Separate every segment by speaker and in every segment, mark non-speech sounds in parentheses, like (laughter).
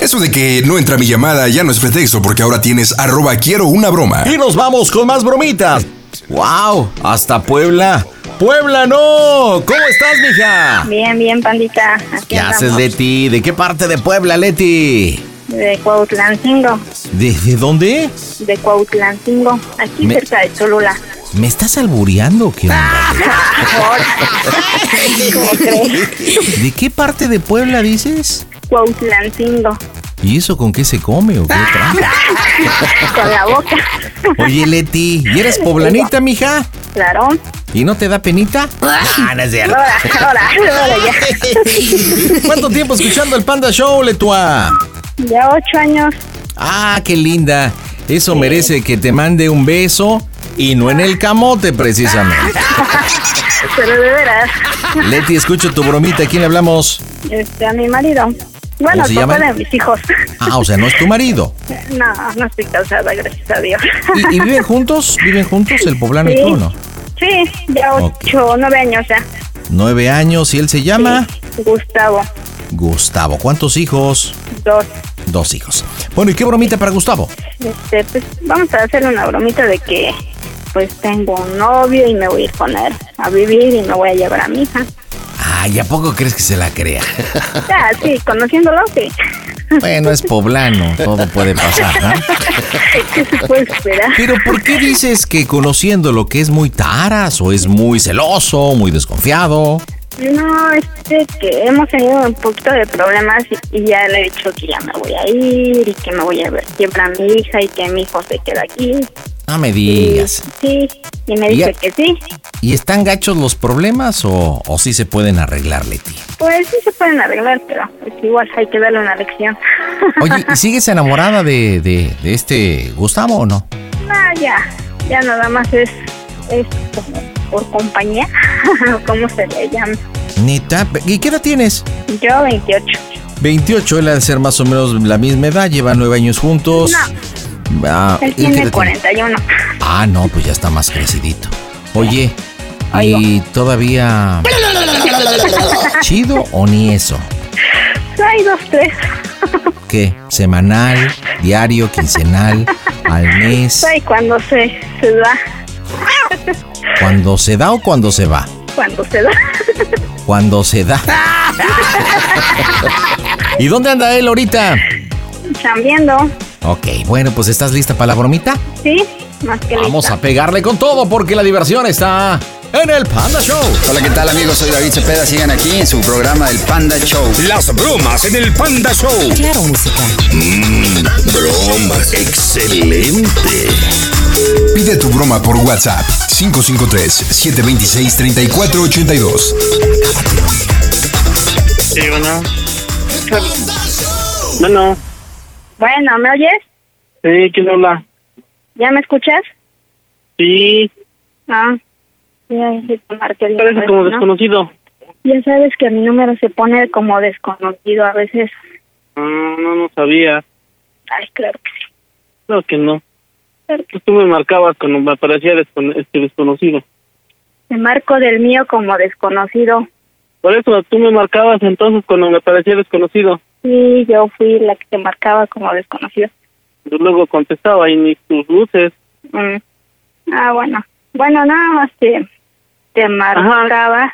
Speaker 1: Eso de que no entra mi llamada ya no es pretexto porque ahora tienes arroba quiero una broma.
Speaker 2: Y nos vamos con más bromitas. ¡Wow! Hasta Puebla. ¡Puebla no! ¿Cómo estás, mija?
Speaker 3: Bien, bien, pandita. Aquí
Speaker 2: ¿Qué
Speaker 3: andamos.
Speaker 2: haces, Leti? ¿De qué parte de Puebla, Leti?
Speaker 3: De Cuautlancingo,
Speaker 2: ¿De, de dónde?
Speaker 3: de Cuautlancingo, aquí
Speaker 2: Me-
Speaker 3: cerca de Cholula. Ah,
Speaker 2: ¿Me estás albureando o qué onda? (laughs)
Speaker 3: ¿Cómo crees?
Speaker 2: ¿De qué parte de Puebla dices?
Speaker 3: Cuautlancingo,
Speaker 2: ¿Y eso con qué se come o qué trae?
Speaker 3: con la boca.
Speaker 2: Oye, Leti, ¿y eres poblanita, mija?
Speaker 3: Claro.
Speaker 2: ¿Y no te da penita? Ah, No, no es cierto.
Speaker 3: Ahora, ahora, ahora ya.
Speaker 2: ¿Cuánto tiempo escuchando el Panda Show, Letua?
Speaker 3: Ya ocho años.
Speaker 2: Ah, qué linda. Eso merece que te mande un beso y no en el camote, precisamente.
Speaker 3: Pero de veras,
Speaker 2: Leti, escucho tu bromita. ¿A quién le hablamos?
Speaker 3: este, a mi marido. Bueno,
Speaker 2: se
Speaker 3: el papá
Speaker 2: llama?
Speaker 3: de mis hijos.
Speaker 2: Ah, o sea, no es tu marido.
Speaker 3: No, no estoy cansada, gracias a Dios.
Speaker 2: ¿Y, y viven juntos? ¿Viven juntos el poblano y tú, Ah, no?
Speaker 3: Sí, ya
Speaker 2: Ok.
Speaker 3: ocho, nueve años ya.
Speaker 2: Nueve años y él se llama
Speaker 3: Gustavo,
Speaker 2: Gustavo. ¿Cuántos hijos?
Speaker 3: dos.
Speaker 2: Dos hijos. Bueno, ¿y qué bromita para Gustavo?
Speaker 3: Este, pues vamos a hacer una bromita de que pues tengo un novio y me voy a ir con él a vivir y me voy a llevar a mi
Speaker 2: (laughs)
Speaker 3: hija.
Speaker 2: Ay, ¿a poco crees que se la crea? (laughs)
Speaker 3: Ya, sí, conociéndolo, sí. (laughs)
Speaker 2: Bueno, es poblano, todo puede pasar, ¿no?
Speaker 3: ¿Qué se puede esperar?
Speaker 2: Pero ¿por qué dices que conociendo lo que es muy taras o es muy celoso, muy desconfiado?
Speaker 3: No, este, que hemos tenido un poquito de problemas y, y ya le he dicho que ya me voy a ir y que me voy a ver siempre a mi hija y que mi hijo se queda aquí.
Speaker 2: No Ah, me
Speaker 3: Y-
Speaker 2: digas.
Speaker 3: Sí, y me
Speaker 2: Y ya-
Speaker 3: dice que sí.
Speaker 2: ¿Y están gachos los problemas o, o sí se pueden arreglar, Leti?
Speaker 3: Pues sí se pueden arreglar, pero pues, igual hay que darle una lección. (laughs)
Speaker 2: Oye, ¿y sigues enamorada de, de- de este Gustavo o no?
Speaker 3: Ah, ya, ya nada más es, es como por compañía, (laughs) ¿cómo se le llama?
Speaker 2: Neta, ¿y qué edad tienes?
Speaker 3: Yo 28.
Speaker 2: 28, él ha de ser más o menos la misma edad, lleva nueve años juntos. Ah,
Speaker 3: Él
Speaker 2: ¿y qué edad
Speaker 3: tiene
Speaker 2: tiene?
Speaker 3: 41.
Speaker 2: Ah, no, pues ya está más crecidito. Oye, ¿y todavía... ¿Chido o ni eso?
Speaker 3: Hay dos, tres.
Speaker 2: ¿Qué? ¿Semanal? ¿Diario? ¿Quincenal? ¿Al mes?
Speaker 3: Ay, cuando se, se da,
Speaker 2: ¿Cuando se da o cuando se va?
Speaker 3: cuando se da. (laughs)
Speaker 2: Cuando se da. ¿Y dónde anda él ahorita?
Speaker 3: Están viendo,
Speaker 2: Ok, bueno, pues ¿estás lista para la bromita?
Speaker 3: ¿sí? Más que
Speaker 2: Vamos
Speaker 3: lista.
Speaker 2: a pegarle con todo porque la diversión está en el Panda Show.
Speaker 4: Hola, ¿qué tal amigos? Soy David Cepeda. Sigan aquí en su programa El Panda Show.
Speaker 5: Las bromas en el Panda Show.
Speaker 6: Claro, música.
Speaker 5: Bromas, excelente.
Speaker 1: Pide tu broma por WhatsApp 553-726-3482.
Speaker 7: Sí, bueno. Bueno,
Speaker 3: Bueno, ¿me oyes?
Speaker 7: sí, ¿quién habla?
Speaker 3: ¿Ya me escuchas?
Speaker 7: Sí,
Speaker 3: Ah. Ya, ya te marqué el
Speaker 7: parece
Speaker 3: número,
Speaker 7: como
Speaker 3: ¿no?
Speaker 7: desconocido.
Speaker 3: Ya sabes que mi número se pone como desconocido a veces.
Speaker 7: Ah, no, no sabía.
Speaker 3: Ay, claro que sí.
Speaker 7: Claro que no.
Speaker 3: Claro
Speaker 7: Pues tú me marcabas cuando me parecía descon- este desconocido.
Speaker 3: Me marco del mío como desconocido.
Speaker 7: Por eso tú me marcabas entonces cuando me parecía desconocido.
Speaker 3: Sí, yo fui la que te marcaba como desconocido.
Speaker 7: Yo luego contestaba y ni tus luces.
Speaker 3: Mm. Ah, bueno. Bueno, nada más te, te marcaba,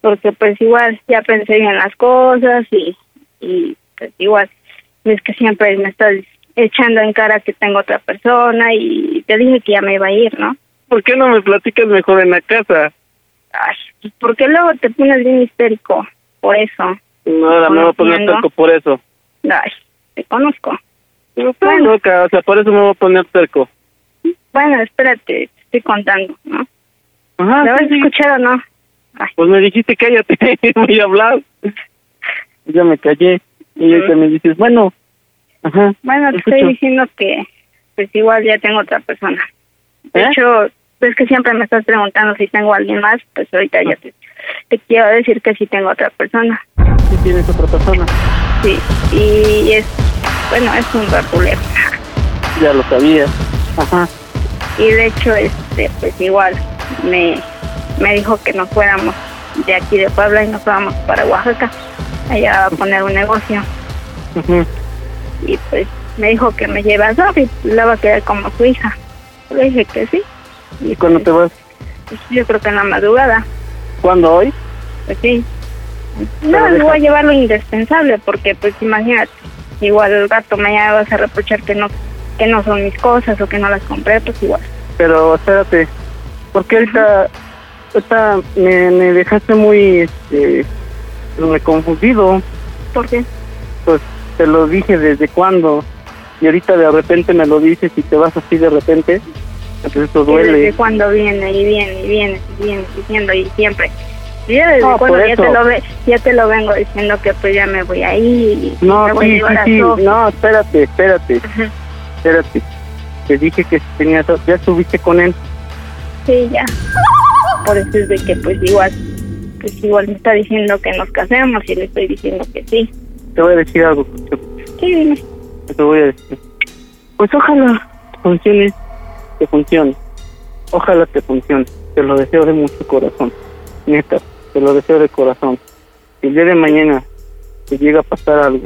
Speaker 3: porque pues igual ya pensé en las cosas y, y pues igual, es que siempre me estás echando en cara que tengo otra persona y te dije que ya me iba a ir, ¿no?
Speaker 7: ¿Por qué no me platicas mejor en la casa?
Speaker 3: Ay, pues, porque luego te pones bien histérico por eso.
Speaker 7: No, ahora me voy a poner
Speaker 3: Entiendo.
Speaker 7: terco por eso.
Speaker 3: Ay, te conozco.
Speaker 7: No estás loca, o sea, por eso me voy a poner terco.
Speaker 3: Bueno, espérate, te estoy contando, ¿no?
Speaker 7: Ajá,
Speaker 3: ¿Me vas
Speaker 7: Ah, sí,
Speaker 3: a
Speaker 7: sí.
Speaker 3: escuchar o no?
Speaker 7: Pues me dijiste cállate, (laughs) voy a hablar. Yo me callé y ahorita me dices, bueno, ajá.
Speaker 3: Bueno, te
Speaker 7: escucho.
Speaker 3: estoy diciendo que pues igual ya tengo otra persona. De
Speaker 7: ¿Eh?
Speaker 3: hecho, es que siempre me estás preguntando si tengo a alguien más, pues ahorita ya te, te quiero decir que sí tengo otra persona.
Speaker 7: Sí, tienes otra persona.
Speaker 3: Sí, y es, bueno, es un rapulero.
Speaker 7: Ya lo sabía. Ajá.
Speaker 3: Y de hecho, este, pues igual me, me dijo que nos fuéramos de aquí de Puebla y nos fuéramos para Oaxaca. Allá va a poner un negocio.
Speaker 7: ujú.
Speaker 3: y pues me dijo que me lleva a Sofi, la va a quedar como su hija. Le dije que sí.
Speaker 7: ¿Y cuándo te vas?
Speaker 3: Pues, yo creo que en la madrugada,
Speaker 7: ¿Cuándo hoy?
Speaker 3: pues sí.
Speaker 7: Pero
Speaker 3: No, le
Speaker 7: deja-
Speaker 3: voy a llevar lo indispensable porque pues imagínate, igual el rato mañana vas a reprochar que no que no son mis cosas o que no las compré, pues igual.
Speaker 7: Pero espérate, porque ahorita, ahorita me, me dejaste muy este, me confundido,
Speaker 3: Porque
Speaker 7: pues te lo dije desde cuándo, y ahorita de repente me lo dices y te vas así de repente, entonces eso
Speaker 3: desde
Speaker 7: duele.
Speaker 3: cuando viene y viene y viene y viene diciendo y siempre. Y ya desde
Speaker 7: No, por
Speaker 3: cuando ya te,
Speaker 7: eso.
Speaker 3: lo ve, ya te lo vengo diciendo que pues ya me voy a ir y
Speaker 7: No,
Speaker 3: me voy a
Speaker 7: sí, sí,
Speaker 3: llevar a
Speaker 7: sí,
Speaker 3: Sofi.
Speaker 7: no, espérate, espérate,
Speaker 3: Ajá.
Speaker 7: espérate. Te dije que si tenías, ya estuviste con él.
Speaker 3: Sí, ya. Por eso es de que pues igual, pues igual me está diciendo que nos casemos y le estoy diciendo que sí.
Speaker 7: Te voy a decir algo, Cucho.
Speaker 3: Sí, dime.
Speaker 7: te voy a decir. Pues ojalá funcione, que funcione. Ojalá te funcione. Te lo deseo de mucho corazón. Neta, te lo deseo de corazón. Si el día de mañana te llega a pasar algo,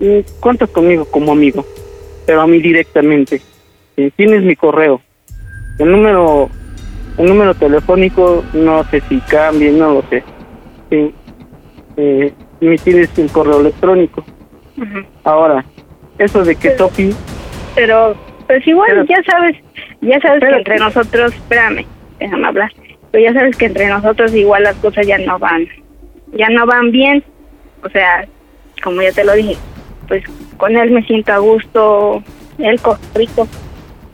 Speaker 7: mm, cuentas conmigo como amigo, pero a mí directamente. Eh, Tienes mi correo. El número, el número telefónico, no sé si cambie, no lo sé. Sí. Eh, me tienes el correo electrónico.
Speaker 3: Ujú.
Speaker 7: Ahora, eso de que
Speaker 3: Pero-
Speaker 7: Topi,
Speaker 3: Pero pues igual
Speaker 7: Pero-
Speaker 3: ya sabes, ya sabes que
Speaker 7: Pero-
Speaker 3: entre nosotros, espérame, déjame hablar. Pero ya sabes que entre nosotros igual las cosas ya no van, ya no van bien. O sea, como ya te lo dije, pues con él me siento a gusto, él co- rico.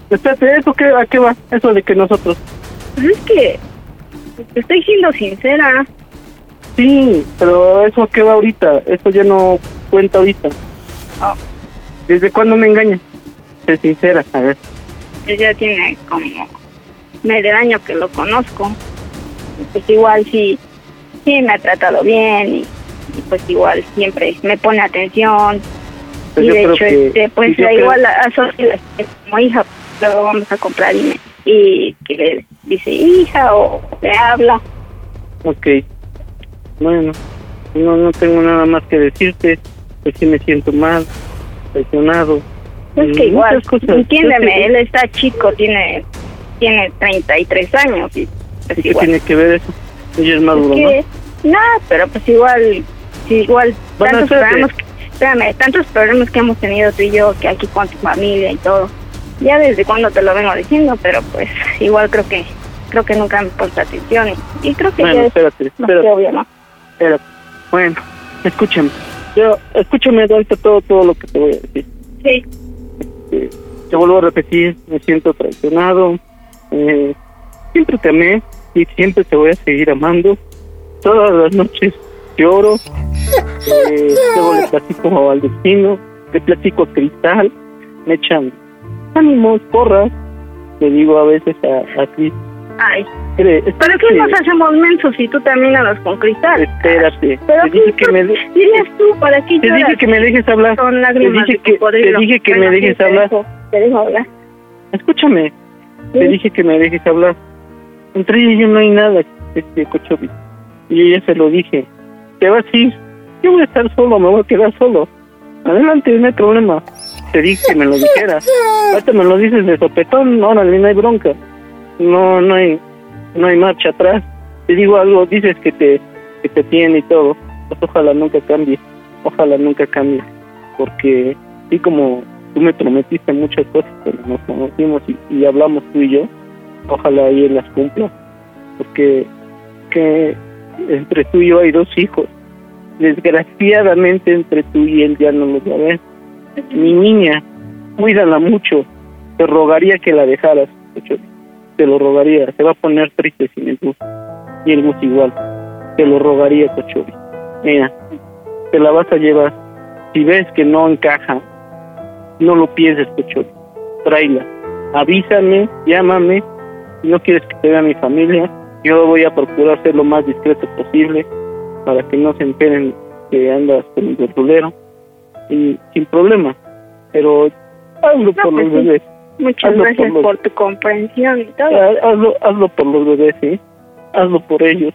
Speaker 7: espérate, ¿eso qué, ¿a qué va? Eso de que nosotros.
Speaker 3: Pues es que te estoy siendo sincera.
Speaker 7: Sí, pero ¿eso a qué va ahorita? Eso ya no cuenta ahorita.
Speaker 3: Ah.
Speaker 7: ¿Desde cuándo me engañas? Sé sincera, a ver.
Speaker 3: pues ya tiene como medio año que lo conozco. Y, Pues igual sí, sí me ha tratado bien y, y, pues igual siempre me pone atención.
Speaker 7: Pues
Speaker 3: y
Speaker 7: yo
Speaker 3: de
Speaker 7: creo
Speaker 3: hecho,
Speaker 7: que-
Speaker 3: este, pues
Speaker 7: yo
Speaker 3: la
Speaker 7: creo-
Speaker 3: igual a, a Sofi la quiero como hija, luego vamos a comprar y, me- y que le dice hija o le habla.
Speaker 7: Ok. Bueno, no, no tengo nada más que decirte. Pues sí me siento mal, presionado.
Speaker 3: Es que
Speaker 7: Mm, muchas
Speaker 3: igual,
Speaker 7: cosas. Yo
Speaker 3: entiéndeme,
Speaker 7: sé-
Speaker 3: él está chico, tiene, tiene 33 años y pues
Speaker 7: ¿Y ¿Qué
Speaker 3: igual.
Speaker 7: tiene que ver eso? Ella es maduro,
Speaker 3: Es
Speaker 7: ¿no?
Speaker 3: que, ¿no? pero pues igual, sí, igual,
Speaker 7: Bueno,
Speaker 3: tantos
Speaker 7: espérate.
Speaker 3: problemas, que, espérame, tantos problemas que hemos tenido tú y yo, que aquí con tu familia y todo. Ya desde cuando te lo vengo diciendo, pero pues igual creo que creo que nunca me puesto atención y, y creo que
Speaker 7: Bueno,
Speaker 3: ya es
Speaker 7: espérate,
Speaker 3: más
Speaker 7: espérate.
Speaker 3: que obvio, ¿no?
Speaker 7: Pero, bueno, escúchame. Yo, escúchame ahorita todo, todo lo que te voy a decir.
Speaker 3: Sí,
Speaker 7: Eh, te vuelvo a repetir, me siento traicionado. Eh, siempre te amé y siempre te voy a seguir amando. Todas las noches lloro. Eh, luego le platico al destino, le platico a Cristal. Me echan ánimos, porras. Le digo a veces a, a Cris,
Speaker 3: ay,
Speaker 7: "Cre-
Speaker 3: pero ¿qué
Speaker 7: este,
Speaker 3: nos hacemos mensos si tú también hablas con cristal?
Speaker 7: Espérate,
Speaker 3: Pero
Speaker 7: te dije
Speaker 3: ¿qué-
Speaker 7: que me... de-
Speaker 3: dirías tú, ¿para qué
Speaker 7: Te
Speaker 3: lloras?
Speaker 7: dije que me dejes hablar.
Speaker 3: Son
Speaker 7: Te
Speaker 3: lágrimas
Speaker 7: dije
Speaker 3: de
Speaker 7: que, te
Speaker 3: cocodrilo.
Speaker 7: dije que
Speaker 3: Bueno,
Speaker 7: me
Speaker 3: sí,
Speaker 7: dejes
Speaker 3: te
Speaker 7: hablar.
Speaker 3: dejo- Te dejo hablar.
Speaker 7: Escúchame. Te
Speaker 3: Sí.
Speaker 7: dije que me dejes hablar. Entre ellos no hay nada, este Cochovi. Y yo ya se lo dije. Te vas a ir. Yo voy a estar solo, me voy a quedar solo. Adelante, no hay problema. Te dije que me lo dijeras. Ahorita me lo dices de sopetón, órale, no hay bronca. No, no hay, no hay marcha atrás. Te digo algo, dices que te, que te tiene y todo. Pues ojalá nunca cambie. ojalá nunca cambie, porque sí como tú me prometiste muchas cosas cuando nos conocimos y, y hablamos tú y yo, ojalá él las cumpla, porque que entre tú y yo hay dos hijos, desgraciadamente entre tú y él ya no los va a ver. Mi niña, cuídala mucho, te rogaría que la dejaras, Chucho. te lo rogaría, se va a poner triste sin el bus, y el bus igual, te lo rogaría, Cochori. Mira, te la vas a llevar. Si ves que no encaja, no lo pienses, Cochori. Tráela. Avísame, llámame. Si no quieres que te vea mi familia, yo voy a procurar ser lo más discreto posible para que no se enteren que andas con el verdulero y sin problema. Pero hazlo
Speaker 3: No,
Speaker 7: por
Speaker 3: pues
Speaker 7: los
Speaker 3: sí.
Speaker 7: bebés.
Speaker 3: Muchas
Speaker 7: Hazlo por
Speaker 3: gracias
Speaker 7: los- Ah,
Speaker 3: por tu comprensión y todo.
Speaker 7: Ha- Hazlo, hazlo por los bebés, ¿sí? Hazlo por ellos.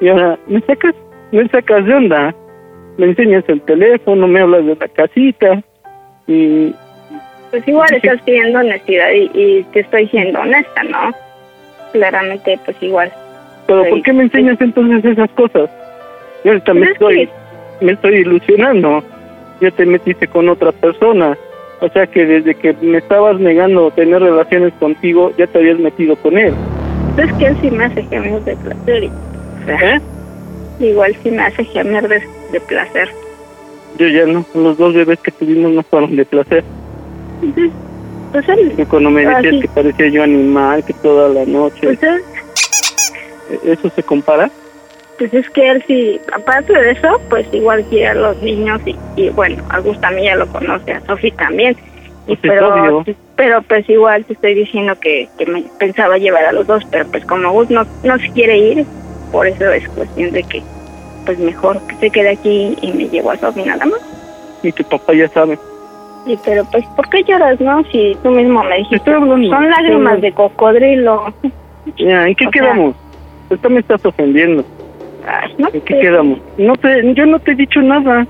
Speaker 7: Y ahora, me sacas, me sacas de onda. Me enseñas el teléfono, me hablas de la casita. Y
Speaker 3: Pues igual
Speaker 7: Sí.
Speaker 3: estás pidiendo honestidad y, y te estoy siendo honesta, ¿no? Claramente, pues igual.
Speaker 7: ¿Pero
Speaker 3: Sí.
Speaker 7: por qué me enseñas entonces esas cosas? Yo ahorita me
Speaker 3: Pero es
Speaker 7: estoy, me estoy ilusionando. Ya te metiste con otra persona. O sea que desde que me estabas negando tener relaciones contigo, ya te habías metido con él.
Speaker 3: Es que él sí me hace gemer de placer. y-
Speaker 7: ¿Eh?
Speaker 3: Igual sí me hace gemer de, de placer.
Speaker 7: Yo ya no. Los dos bebés que tuvimos no fueron de placer.
Speaker 3: Entonces, pues él,
Speaker 7: Y cuando me
Speaker 3: Ah,
Speaker 7: decías
Speaker 3: sí.
Speaker 7: que parecía yo animal, que toda la noche, e-,
Speaker 3: pues él-
Speaker 7: ¿eso se compara?
Speaker 3: pues es que él sí, aparte de eso, pues igual quiere a los niños y, y bueno, Agus también ya lo conoce, a Sofi también. Y
Speaker 7: Pues es
Speaker 3: pero,
Speaker 7: obvio.
Speaker 3: pero pues igual te estoy diciendo que, que me pensaba llevar a los dos, pero pues como Agus no, no se quiere ir, por eso es cuestión de que pues mejor que se quede aquí y me llevo a Sofi nada más.
Speaker 7: Y tu papá ya sabe.
Speaker 3: Y pero pues, ¿por qué lloras, no? Si tú mismo me
Speaker 7: Te
Speaker 3: dijiste,
Speaker 7: estoy hablando.
Speaker 3: son lágrimas de cocodrilo.
Speaker 7: Ya, ¿En qué
Speaker 3: o sea-
Speaker 7: quedamos? Esto me estás ofendiendo.
Speaker 3: Ay, no
Speaker 7: ¿En qué
Speaker 3: sé.
Speaker 7: quedamos? No te, yo no te he dicho nada.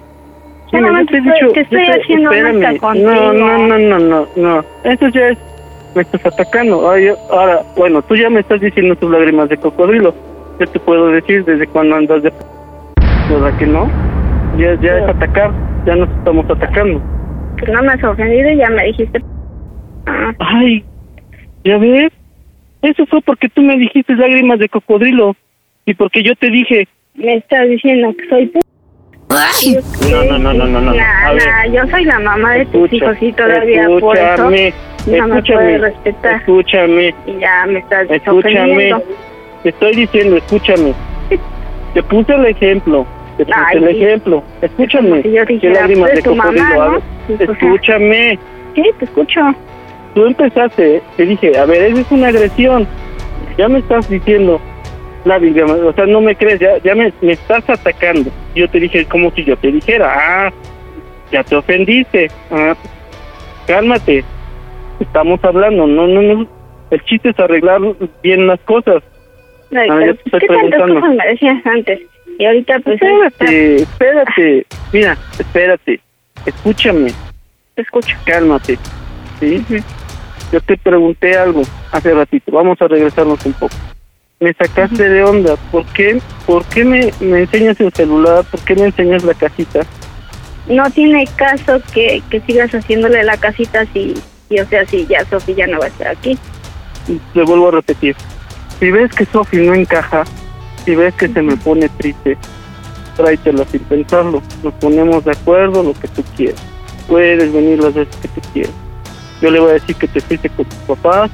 Speaker 3: Yo
Speaker 7: Mira,
Speaker 3: nomás
Speaker 7: yo te he
Speaker 3: estoy-
Speaker 7: dicho-
Speaker 3: te estoy
Speaker 7: yo
Speaker 3: haciendo honesta contigo.
Speaker 7: No, no, no, no, no, no. Eso ya es, me estás atacando. Ahora, yo- ahora, bueno, tú ya me estás diciendo tus lágrimas de cocodrilo. Yo te puedo decir desde cuando andas de... p- ¿Verdad que no? Ya, ya es atacar, ya nos estamos atacando.
Speaker 3: Pues no me has ofendido y ya me dijiste. Ah,
Speaker 7: Ay, ya ves, eso fue porque tú me dijiste lágrimas de cocodrilo y porque yo te dije,
Speaker 3: me estás diciendo que soy pu-
Speaker 7: No, no, no, no, no, no.
Speaker 3: Nah,
Speaker 7: A ver.
Speaker 3: nah, yo soy la mamá de tus
Speaker 7: escucha,
Speaker 3: hijos y todavía por eso
Speaker 7: escúchame,
Speaker 3: no me puedes
Speaker 7: escúchame,
Speaker 3: respetar.
Speaker 7: escúchame,
Speaker 3: Y ya me estás
Speaker 7: Escúchame,
Speaker 3: ofendiendo.
Speaker 7: te estoy diciendo, escúchame. Te puse el ejemplo, te puse
Speaker 3: Ay,
Speaker 7: el
Speaker 3: sí.
Speaker 7: ejemplo. Escúchame,
Speaker 3: Si yo
Speaker 7: qué
Speaker 3: dijera,
Speaker 7: lágrimas
Speaker 3: pues,
Speaker 7: de
Speaker 3: tu mamá,
Speaker 7: cocodrilo.
Speaker 3: ¿no?
Speaker 7: hago.
Speaker 3: Sí, pues,
Speaker 7: Escúchame,
Speaker 3: Sí, te escucho.
Speaker 7: tú empezaste, te dije, a ver, esa es una agresión. Ya me estás diciendo, la Biblia, o sea, no me crees, ya, ya me, me estás atacando. Yo te dije, como si yo te dijera, ah, ya te ofendiste, ah, cálmate, estamos hablando, no, no, no. El chiste es arreglar bien las cosas.
Speaker 3: No,
Speaker 7: yo
Speaker 3: pero,
Speaker 7: te estoy
Speaker 3: ¿Qué tantas
Speaker 7: preguntando. este
Speaker 3: cosas me decías antes? Y ahorita pues... ahí está.
Speaker 7: espérate, espérate, mira, espérate, escúchame,
Speaker 3: Te escucho.
Speaker 7: cálmate, ¿sí?
Speaker 3: Ujú.
Speaker 7: Yo te pregunté algo hace ratito, vamos a regresarnos un poco. Me sacaste de onda, ¿por qué, por qué me, me enseñas el celular? ¿Por qué me enseñas la casita?
Speaker 3: No tiene caso que, que sigas haciéndole la casita si... Y, o sea, si ya Sofía ya no va a estar aquí.
Speaker 7: Te vuelvo a repetir, si ves que Sofi no encaja, si ves que se me pone triste, tráetela sin pensarlo, nos ponemos de acuerdo lo que tú quieras. Puedes venir las veces que tú quieras. Yo le voy a decir que te fuiste con tus papás,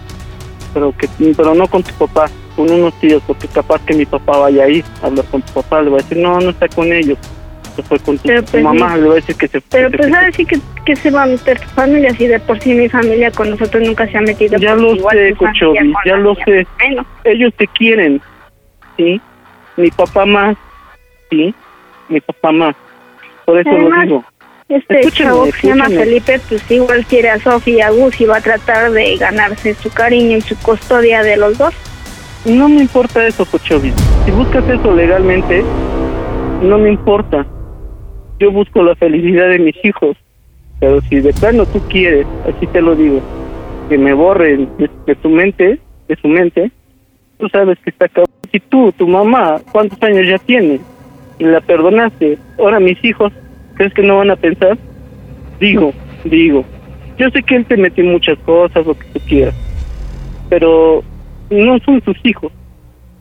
Speaker 7: pero que pero no con tu papá, con unos tíos, porque capaz que mi papá vaya ahí a hablar con tu papá, le voy a decir, no, no está con ellos, se fue con tu,
Speaker 3: Pero
Speaker 7: tu
Speaker 3: pues
Speaker 7: mamá, le voy a decir que se
Speaker 3: Pero pues
Speaker 7: que se fuiste
Speaker 3: ahora sí que, que se va a meter tu familia, si de por sí mi familia con nosotros nunca se ha metido.
Speaker 7: Ya
Speaker 3: pues,
Speaker 7: lo
Speaker 3: igual
Speaker 7: sé,
Speaker 3: tu familia
Speaker 7: Cochobi,
Speaker 3: con
Speaker 7: ya
Speaker 3: la
Speaker 7: lo
Speaker 3: mía.
Speaker 7: sé.
Speaker 3: Bueno,
Speaker 7: ellos te quieren, ¿sí? Mi papá más, ¿sí? Mi papá más. Por eso lo
Speaker 3: Además,
Speaker 7: digo.
Speaker 3: este
Speaker 7: Escúchame,
Speaker 3: chavo que se llama
Speaker 7: escúchame.
Speaker 3: Felipe, pues igual quiere a Sofía y a Gus y va a tratar de ganarse su cariño y su custodia de los dos.
Speaker 7: No me importa eso, Cochovi. Si buscas eso legalmente, no me importa. Yo busco la felicidad de mis hijos. Pero si de plano tú quieres, así te lo digo, que me borren de, de tu mente, de su mente, tú sabes que está cabrón. Si tú, tu mamá, ¿cuántos años ya tiene? Y la perdonaste. Ahora mis hijos, ¿Crees que no van a pensar? Digo, digo. Yo sé que él te metió en muchas cosas, lo que tú quieras. Pero no son tus hijos.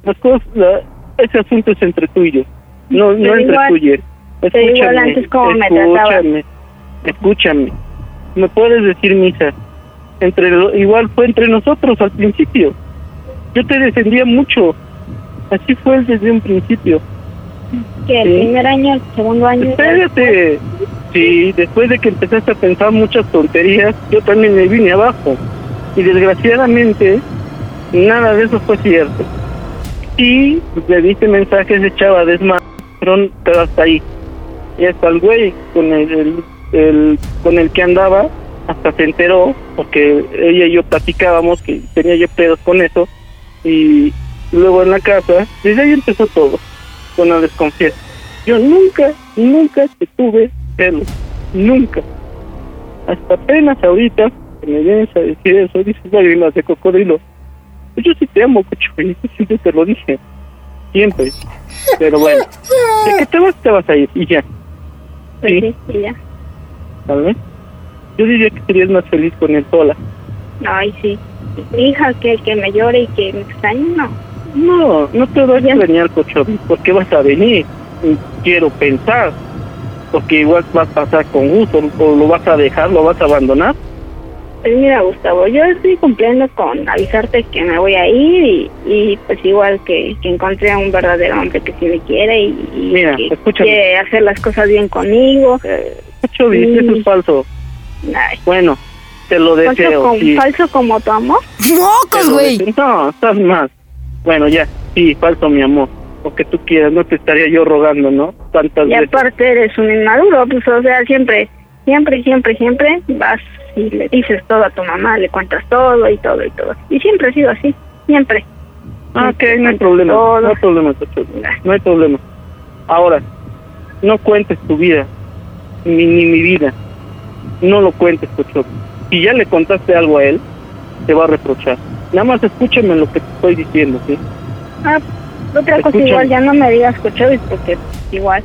Speaker 7: Las cosas, la- ese asunto es entre tú y yo. No,
Speaker 3: Pero
Speaker 7: no entre
Speaker 3: igual-
Speaker 7: tú y él.
Speaker 3: pero igual antes cómo me trataban.
Speaker 7: escúchame, escúchame. ¿Me puedes decir misa? Entre lo- igual fue entre nosotros al principio. Yo te defendía mucho. Así fue desde un principio.
Speaker 3: Que el
Speaker 7: Sí.
Speaker 3: primer año, el segundo año. pues,
Speaker 7: Espérate. Sí, después de que empezaste a pensar muchas tonterías, yo también me vine abajo. Y desgraciadamente, nada de eso fue cierto. Sí, le diste mensajes de chava de Esma, pero pero hasta ahí. Y hasta el güey con el, el- el- con el que andaba, hasta se enteró, porque ella y yo platicábamos que tenía yo pedos con eso. Y luego en la casa, desde ahí empezó todo, con la desconfianza. Yo nunca, nunca te tuve celos. Nunca. Hasta apenas ahorita que me vienes a decir eso, dices lágrimas de cocodrilo. Pues yo sí te amo, cochuelo, siempre te lo dije. Siempre. Pero bueno, de que te vas, te vas a ir y ya.
Speaker 3: Pues sí, y ya.
Speaker 7: ¿sabes? Yo diría que serías más feliz con él sola.
Speaker 3: Ay, sí. Mi hija, que, que me llore y que me extrañe, no.
Speaker 7: No, no te voy a engañar, cochuelo, porque vas a venir. Y Quiero pensar, porque igual vas a pasar con gusto, o lo vas a dejar, lo vas a abandonar.
Speaker 3: Pues mira, Gustavo, yo estoy cumpliendo con avisarte que me voy a ir y, y pues igual que, que encontré a un verdadero hombre que sí me quiere y, y
Speaker 7: Mira,
Speaker 3: que
Speaker 7: escúchame. Eh,
Speaker 3: quiere hacer las cosas bien conmigo.
Speaker 7: Chubis,
Speaker 3: Mm.
Speaker 7: eso es falso.
Speaker 3: Ay,
Speaker 7: Bueno, te lo
Speaker 3: falso,
Speaker 7: deseo.
Speaker 3: como,
Speaker 7: sí,
Speaker 3: falso como tu amor.
Speaker 7: te
Speaker 6: ¡Mocos,
Speaker 7: lo
Speaker 6: güey!
Speaker 7: deseo. No, estás mal. Bueno, ya, sí, falso, mi amor. Lo que tú quieras, no te estaría yo rogando, ¿no? Tantas
Speaker 3: Y
Speaker 7: veces.
Speaker 3: aparte eres un inmaduro, pues o sea, siempre, siempre, siempre, siempre vas y le dices todo a tu mamá, le cuentas todo y todo y todo. Y siempre ha sido así, siempre.
Speaker 7: Ah, ok, no hay problema.
Speaker 3: Todo.
Speaker 7: No hay problema, Chubis, No hay problema. Ahora, no cuentes tu vida, ni, ni mi vida. No lo cuentes, Cocho. Si ya le contaste algo a él, te va a reprochar. Nada más escúchame lo que te estoy diciendo, ¿sí?
Speaker 3: Ah, otra cosa
Speaker 7: Escúchame.
Speaker 3: igual, ya no me digas cochovis porque igual,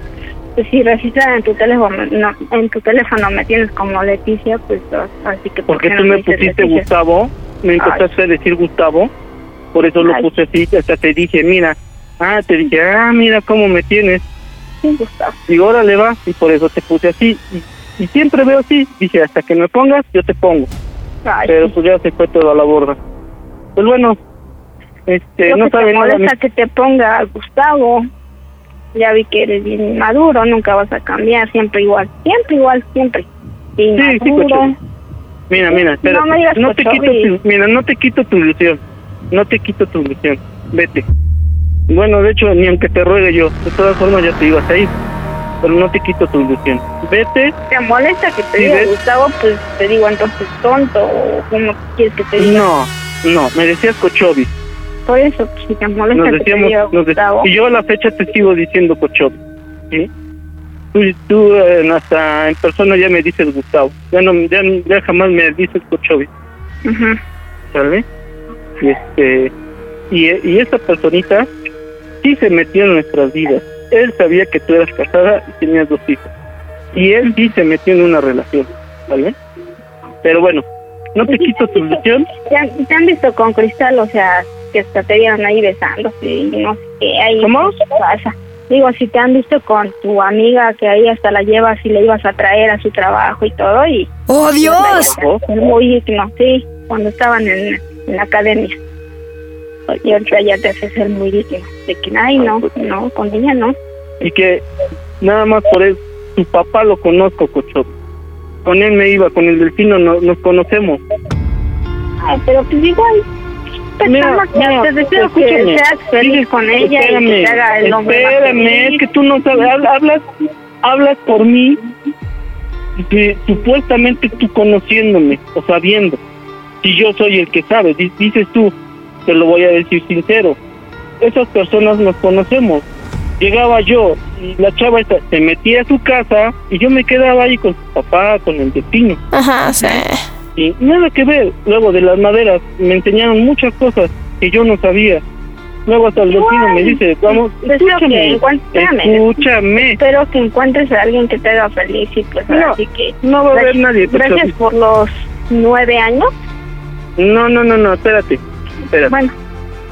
Speaker 3: pues si registran en tu teléfono, no, en tu teléfono me tienes como Leticia, pues o- así que ¿por
Speaker 7: Porque
Speaker 3: qué
Speaker 7: tú
Speaker 3: no
Speaker 7: me
Speaker 3: dices
Speaker 7: pusiste
Speaker 3: Leticia?
Speaker 7: Gustavo, me empezaste a decir Gustavo, por eso lo
Speaker 3: Ay.
Speaker 7: puse así, hasta te dije, mira, ah, te dije, ah, mira cómo me tienes,
Speaker 3: Sí, Gustavo.
Speaker 7: y órale va, y por eso te puse así, y, y siempre veo así, dije, hasta que me pongas, yo te pongo,
Speaker 3: Ay,
Speaker 7: pero
Speaker 3: sí.
Speaker 7: pues ya se fue todo a la borda. Pues bueno, este,
Speaker 3: Lo
Speaker 7: no
Speaker 3: que te
Speaker 7: sabe nada,
Speaker 3: molesta que te ponga Gustavo. Ya vi que eres bien maduro, nunca vas a cambiar, siempre igual, siempre igual, siempre.
Speaker 7: sí,
Speaker 3: Inmaduro.
Speaker 7: cochino. Mira, mira, espérate.
Speaker 3: me digas
Speaker 7: no te
Speaker 3: cochorro
Speaker 7: quito
Speaker 3: y-
Speaker 7: tu, mira, no te quito tu ilusión. No te quito tu ilusión. Vete. Bueno, de hecho, ni aunque te ruegue yo, de todas formas ya te ibas a ir. Pero no te quito tu ilusión. Vete.
Speaker 3: te molesta que te
Speaker 7: Sí,
Speaker 3: diga
Speaker 7: ¿ves?
Speaker 3: Gustavo, pues te digo entonces tonto o como quieres que te diga.
Speaker 7: No, no, me decías Cochobi.
Speaker 3: Por eso, pues, si te molesta
Speaker 7: Nos
Speaker 3: que te
Speaker 7: decíamos,
Speaker 3: diga
Speaker 7: nos de-
Speaker 3: Gustavo.
Speaker 7: y yo a la fecha te sigo diciendo Cochobi. ¿Sí? Tú, tú eh, hasta en persona ya me dices Gustavo. Ya, no, ya, ya jamás me dices Cochobi.
Speaker 3: Ujú.
Speaker 7: ¿sale? Y este y, y esta personita sí se metió en nuestras vidas. Él sabía que tú eras casada y tenías dos hijos. Y él sí se metió en una relación, ¿vale? Pero bueno, no te quito tu ilusión.
Speaker 3: ¿Te, han, te han visto con cristal, o sea, que hasta te vieron ahí besándose y no sé qué. Ahí,
Speaker 7: ¿Cómo?
Speaker 3: ¿Qué pasa? Digo, si te han visto con tu amiga que ahí hasta la llevas y le ibas a traer a su trabajo y todo, y pues,
Speaker 6: ¡Oh, Dios!
Speaker 3: Es muy digno, sí, cuando estaban en, en la academia. Y ahorita ya te haces ser muy digno. De que, ay, no, no, con ella no.
Speaker 7: Y que nada más por él, tu papá lo conozco, Cocho. Con él me iba, con el delfino no- nos conocemos.
Speaker 3: Ay, pero pues igual.
Speaker 7: Mira,
Speaker 3: Persona que
Speaker 7: mira,
Speaker 3: Pues, te deseo que
Speaker 7: escúchame.
Speaker 3: seas feliz con ella y que te haga el hombre más
Speaker 7: Espérame,
Speaker 3: feliz.
Speaker 7: es que tú no sabes, hab- hablas, hablas por mí, que supuestamente tú conociéndome o sabiendo. Si yo soy el que sabe, di- dices tú, te lo voy a decir sincero. Esas personas nos conocemos. Llegaba yo y la chava esta se metía a su casa y yo me quedaba ahí con su papá, con el vecino.
Speaker 8: Ajá, sí.
Speaker 7: ¿Eh? Y nada que ver, luego de las maderas me enseñaron muchas cosas que yo no sabía. Luego hasta el vecino me dice, vamos,
Speaker 3: Deseo pues, que
Speaker 7: escúchame,
Speaker 3: encuéntrame.
Speaker 7: escúchame.
Speaker 3: Espero que encuentres a alguien que te haga feliz y pues
Speaker 7: No,
Speaker 3: así que...
Speaker 7: no va a haber
Speaker 3: Gracias-
Speaker 7: nadie, pues,
Speaker 3: Gracias
Speaker 7: así.
Speaker 3: por los nueve años.
Speaker 7: No, no, no, no, espérate, espérate.
Speaker 3: Bueno,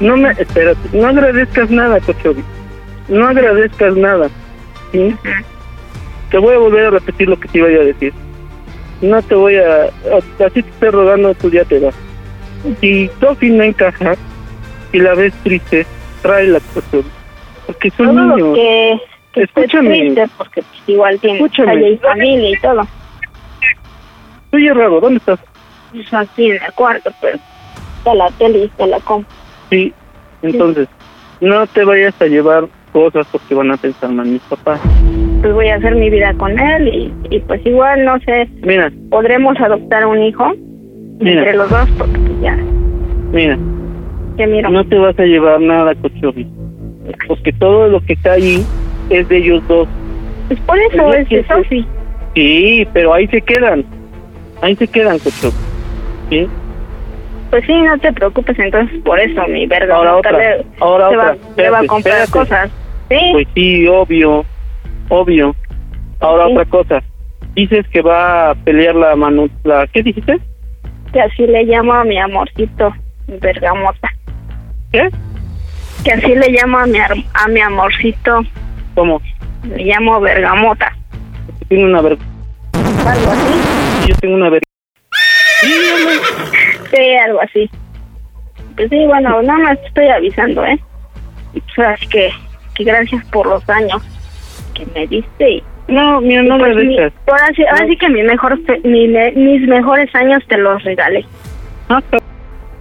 Speaker 7: No me, espérate, no agradezcas nada, Cochobi. No agradezcas nada. ¿sí? Te voy a volver a repetir lo que te iba yo a decir. No te voy a, a- así te estoy rogando, tú ya te vas. Si Sofi no encaja y la ves triste, tráela, Cochobi. Porque son
Speaker 3: todo lo
Speaker 7: niños.
Speaker 3: que... que esté
Speaker 7: Escúchame.
Speaker 3: triste, porque pues, igual tiene
Speaker 7: Escúchame.
Speaker 3: calle y familia y todo.
Speaker 7: Tú y Rago, ¿dónde estás?
Speaker 3: Pues aquí en el cuarto, pero está la tele y está la compu.
Speaker 7: Sí, entonces, no te vayas a llevar cosas porque van a pensar mal mis papás.
Speaker 3: Pues voy a hacer mi vida con él y, y pues igual, no sé,
Speaker 7: Mira,
Speaker 3: podremos adoptar un hijo entre
Speaker 7: mira,
Speaker 3: los dos, porque pues, ya,
Speaker 7: mira.
Speaker 3: que miro.
Speaker 7: No te vas a llevar nada, Cochobi. Porque todo lo que está ahí es de ellos dos.
Speaker 3: Pues por eso
Speaker 7: Yo
Speaker 3: es de
Speaker 7: pienso-
Speaker 3: Sofi.
Speaker 7: Sí, pero ahí se quedan. Ahí se quedan, Cochobi. ¿Sí?
Speaker 3: Pues sí, no te preocupes entonces por eso, mi verga.
Speaker 7: Ahora
Speaker 3: Nunca
Speaker 7: otra,
Speaker 3: le-
Speaker 7: ahora
Speaker 3: le va-
Speaker 7: otra.
Speaker 3: le va a
Speaker 7: Espérate,
Speaker 3: comprar
Speaker 7: espérate.
Speaker 3: cosas. Sí,
Speaker 7: Pues sí, obvio. Obvio. Ahora
Speaker 3: Sí.
Speaker 7: otra cosa. Dices que va a pelear la mano. La, ¿Qué dijiste?
Speaker 3: que así le llamo a mi amorcito, mi bergamota.
Speaker 7: ¿Qué?
Speaker 3: Que así le llamo a mi, ar- a mi amorcito,
Speaker 7: ¿Cómo?
Speaker 3: le llamo bergamota.
Speaker 7: Tiene una verga.
Speaker 3: Algo así.
Speaker 7: Yo tengo una verga.
Speaker 3: Sí, algo así. Pues sí, bueno, nada más te estoy avisando, ¿eh? Y pues así que, que gracias por los años que me diste y
Speaker 7: No, mira, no
Speaker 3: Pues
Speaker 7: me
Speaker 3: mi-
Speaker 7: dejas.
Speaker 3: ahora sí, ahora sí que mi mejor, fe- mi me- mis mejores años te los regalé.
Speaker 7: No, ca-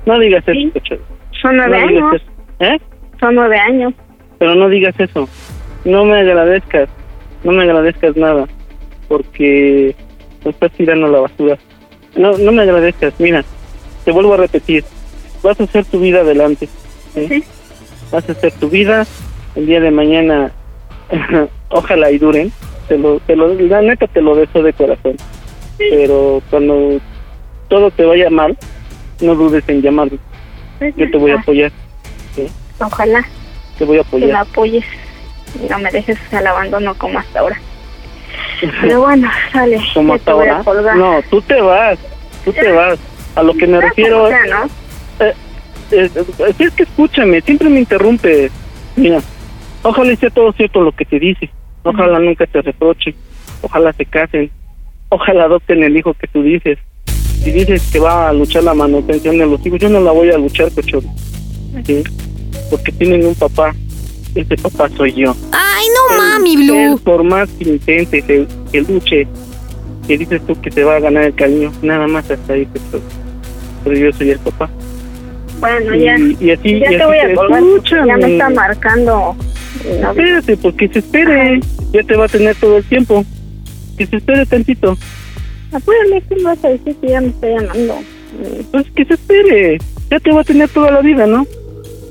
Speaker 7: no digas eso,
Speaker 3: Sí.
Speaker 7: Cochobi.
Speaker 3: Son
Speaker 7: No
Speaker 3: nueve
Speaker 7: digas
Speaker 3: años.
Speaker 7: eso. ¿Eh?
Speaker 3: Son nueve años.
Speaker 7: pero no digas eso. No me agradezcas, no me agradezcas nada, porque me estás tirando la basura. No, no me agradezcas, mira, te vuelvo a repetir, vas a hacer tu vida adelante, ¿sí?
Speaker 3: Sí.
Speaker 7: vas a hacer tu vida, el día de mañana, (laughs) ojalá y duren, te lo, te lo, la neta te lo deseo de corazón, pero cuando todo te vaya mal, no dudes en llamarme, yo te voy a apoyar,
Speaker 3: Ah, Ojalá
Speaker 7: te voy a
Speaker 3: que me
Speaker 7: apoyar.
Speaker 3: apoyes y no me dejes al abandono como hasta ahora. Pero bueno, sale.
Speaker 7: (laughs)
Speaker 3: ya
Speaker 7: como
Speaker 3: te
Speaker 7: hasta
Speaker 3: voy a
Speaker 7: ahora.
Speaker 3: colgar.
Speaker 7: No, tú te vas, tú te vas. A lo que me
Speaker 3: Ah,
Speaker 7: refiero
Speaker 3: como sea, ¿no?
Speaker 7: es, Eh, es- es que escúchame, siempre me interrumpe. Mira, ojalá y sea todo cierto lo que te dice. Ojalá nunca te reproche. Ojalá se casen. Ojalá adopten el hijo que tú dices. Si dices que va a luchar la manutención de los hijos, yo no la voy a luchar, cocho. ¿Sí? Porque tienen un papá. Ese papá soy yo.
Speaker 6: Ay, no mami,
Speaker 7: Él,
Speaker 6: Blue.
Speaker 7: por más que intente, que, que luche, que dices tú que te va a ganar el cariño, nada más hasta ahí. Pero, pero yo soy el papá.
Speaker 3: Bueno,
Speaker 7: Y-
Speaker 3: ya.
Speaker 7: y así-
Speaker 3: ya te
Speaker 7: y así
Speaker 3: voy
Speaker 7: te-
Speaker 3: a colgar.
Speaker 7: Escúchame.
Speaker 3: Ya me está marcando. mi novio.
Speaker 7: Espérate, pues que se espere. Ya te va a tener todo el tiempo. Que se espere tantito.
Speaker 3: Apúrame, ¿qué me vas a decir que ya me está llamando? Mm,
Speaker 7: Pues que se espere. Ya te va a tener toda la vida, ¿no?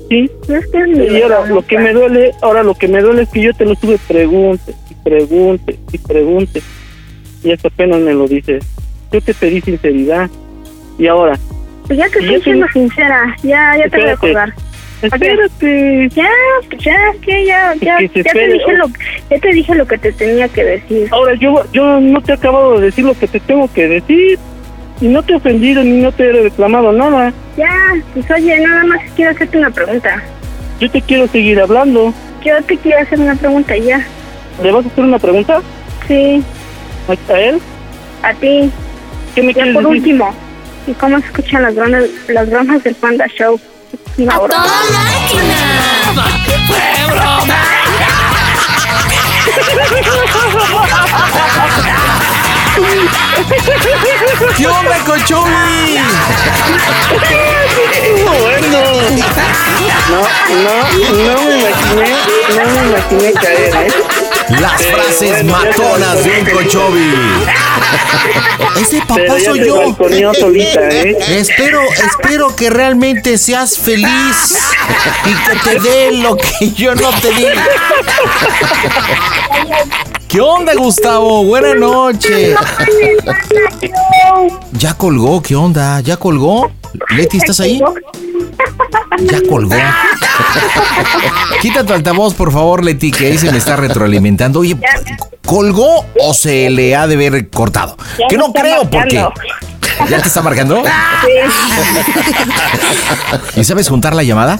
Speaker 7: Sí.
Speaker 3: no es que es mi
Speaker 7: Y ahora lo
Speaker 3: bergamota.
Speaker 7: que me duele, ahora lo que me duele es que yo te lo estuve pregunte y pregunte y pregunte y hasta apenas me lo dices. Yo te pedí sinceridad y ahora
Speaker 3: Pues ya te
Speaker 7: Y yo
Speaker 3: estoy siendo
Speaker 7: tengo-
Speaker 3: sincera. Ya, ya te voy a
Speaker 7: Espérate.
Speaker 3: colgar.
Speaker 7: espérate.
Speaker 3: Ya, pues ya, que ya, ya,
Speaker 7: que se
Speaker 3: ya te
Speaker 7: espere,
Speaker 3: dije
Speaker 7: ¿no?
Speaker 3: lo, ya te dije lo que te tenía que decir.
Speaker 7: Ahora yo yo no te he acabado de decir lo que te tengo que decir y no te he ofendido ni no te he reclamado nada.
Speaker 3: Ya, pues oye, nada más quiero hacerte una pregunta.
Speaker 7: Yo te quiero seguir hablando.
Speaker 3: Yo te quiero hacer una pregunta ya.
Speaker 7: ¿Le vas a hacer una pregunta
Speaker 3: Sí,
Speaker 7: a, a él?
Speaker 3: a ti.
Speaker 7: ¿Qué me
Speaker 3: Ya
Speaker 7: quieres
Speaker 3: por
Speaker 7: decir?
Speaker 3: último, ¿y cómo se escuchan las bromas, las bromas del Panda Show? Una
Speaker 6: A
Speaker 3: broma.
Speaker 6: toda máquina.
Speaker 2: ¿Qué onda, Cochumi?
Speaker 7: Bueno. No, no, no me imaginé, no me imaginé caer, ¿eh?
Speaker 2: Las frases
Speaker 7: bueno, ya
Speaker 2: matonas de
Speaker 7: sabes.
Speaker 2: un
Speaker 7: (laughs)
Speaker 2: Cochobi. Ese
Speaker 7: Pero
Speaker 2: papá
Speaker 7: ya
Speaker 2: soy
Speaker 7: te
Speaker 2: yo.
Speaker 7: balconeó solita, ¿eh?
Speaker 2: Espero, espero que realmente seas feliz y que te dé lo que yo no te di. ¿Qué onda, Gustavo? Buenas noches. Ya colgó, ¿qué onda? ¿Ya colgó? Leti, ¿estás ahí? Ya colgó. Quita tu altavoz, por favor, Leti, que ahí se me está retroalimentando. Oye, ¿colgó o se le ha de ver cortado?
Speaker 3: Ya
Speaker 2: que
Speaker 3: me
Speaker 2: no
Speaker 3: está
Speaker 2: creo, porque...
Speaker 3: marcando.
Speaker 2: ¿Ya te está marcando? ¿Y sabes juntar la llamada?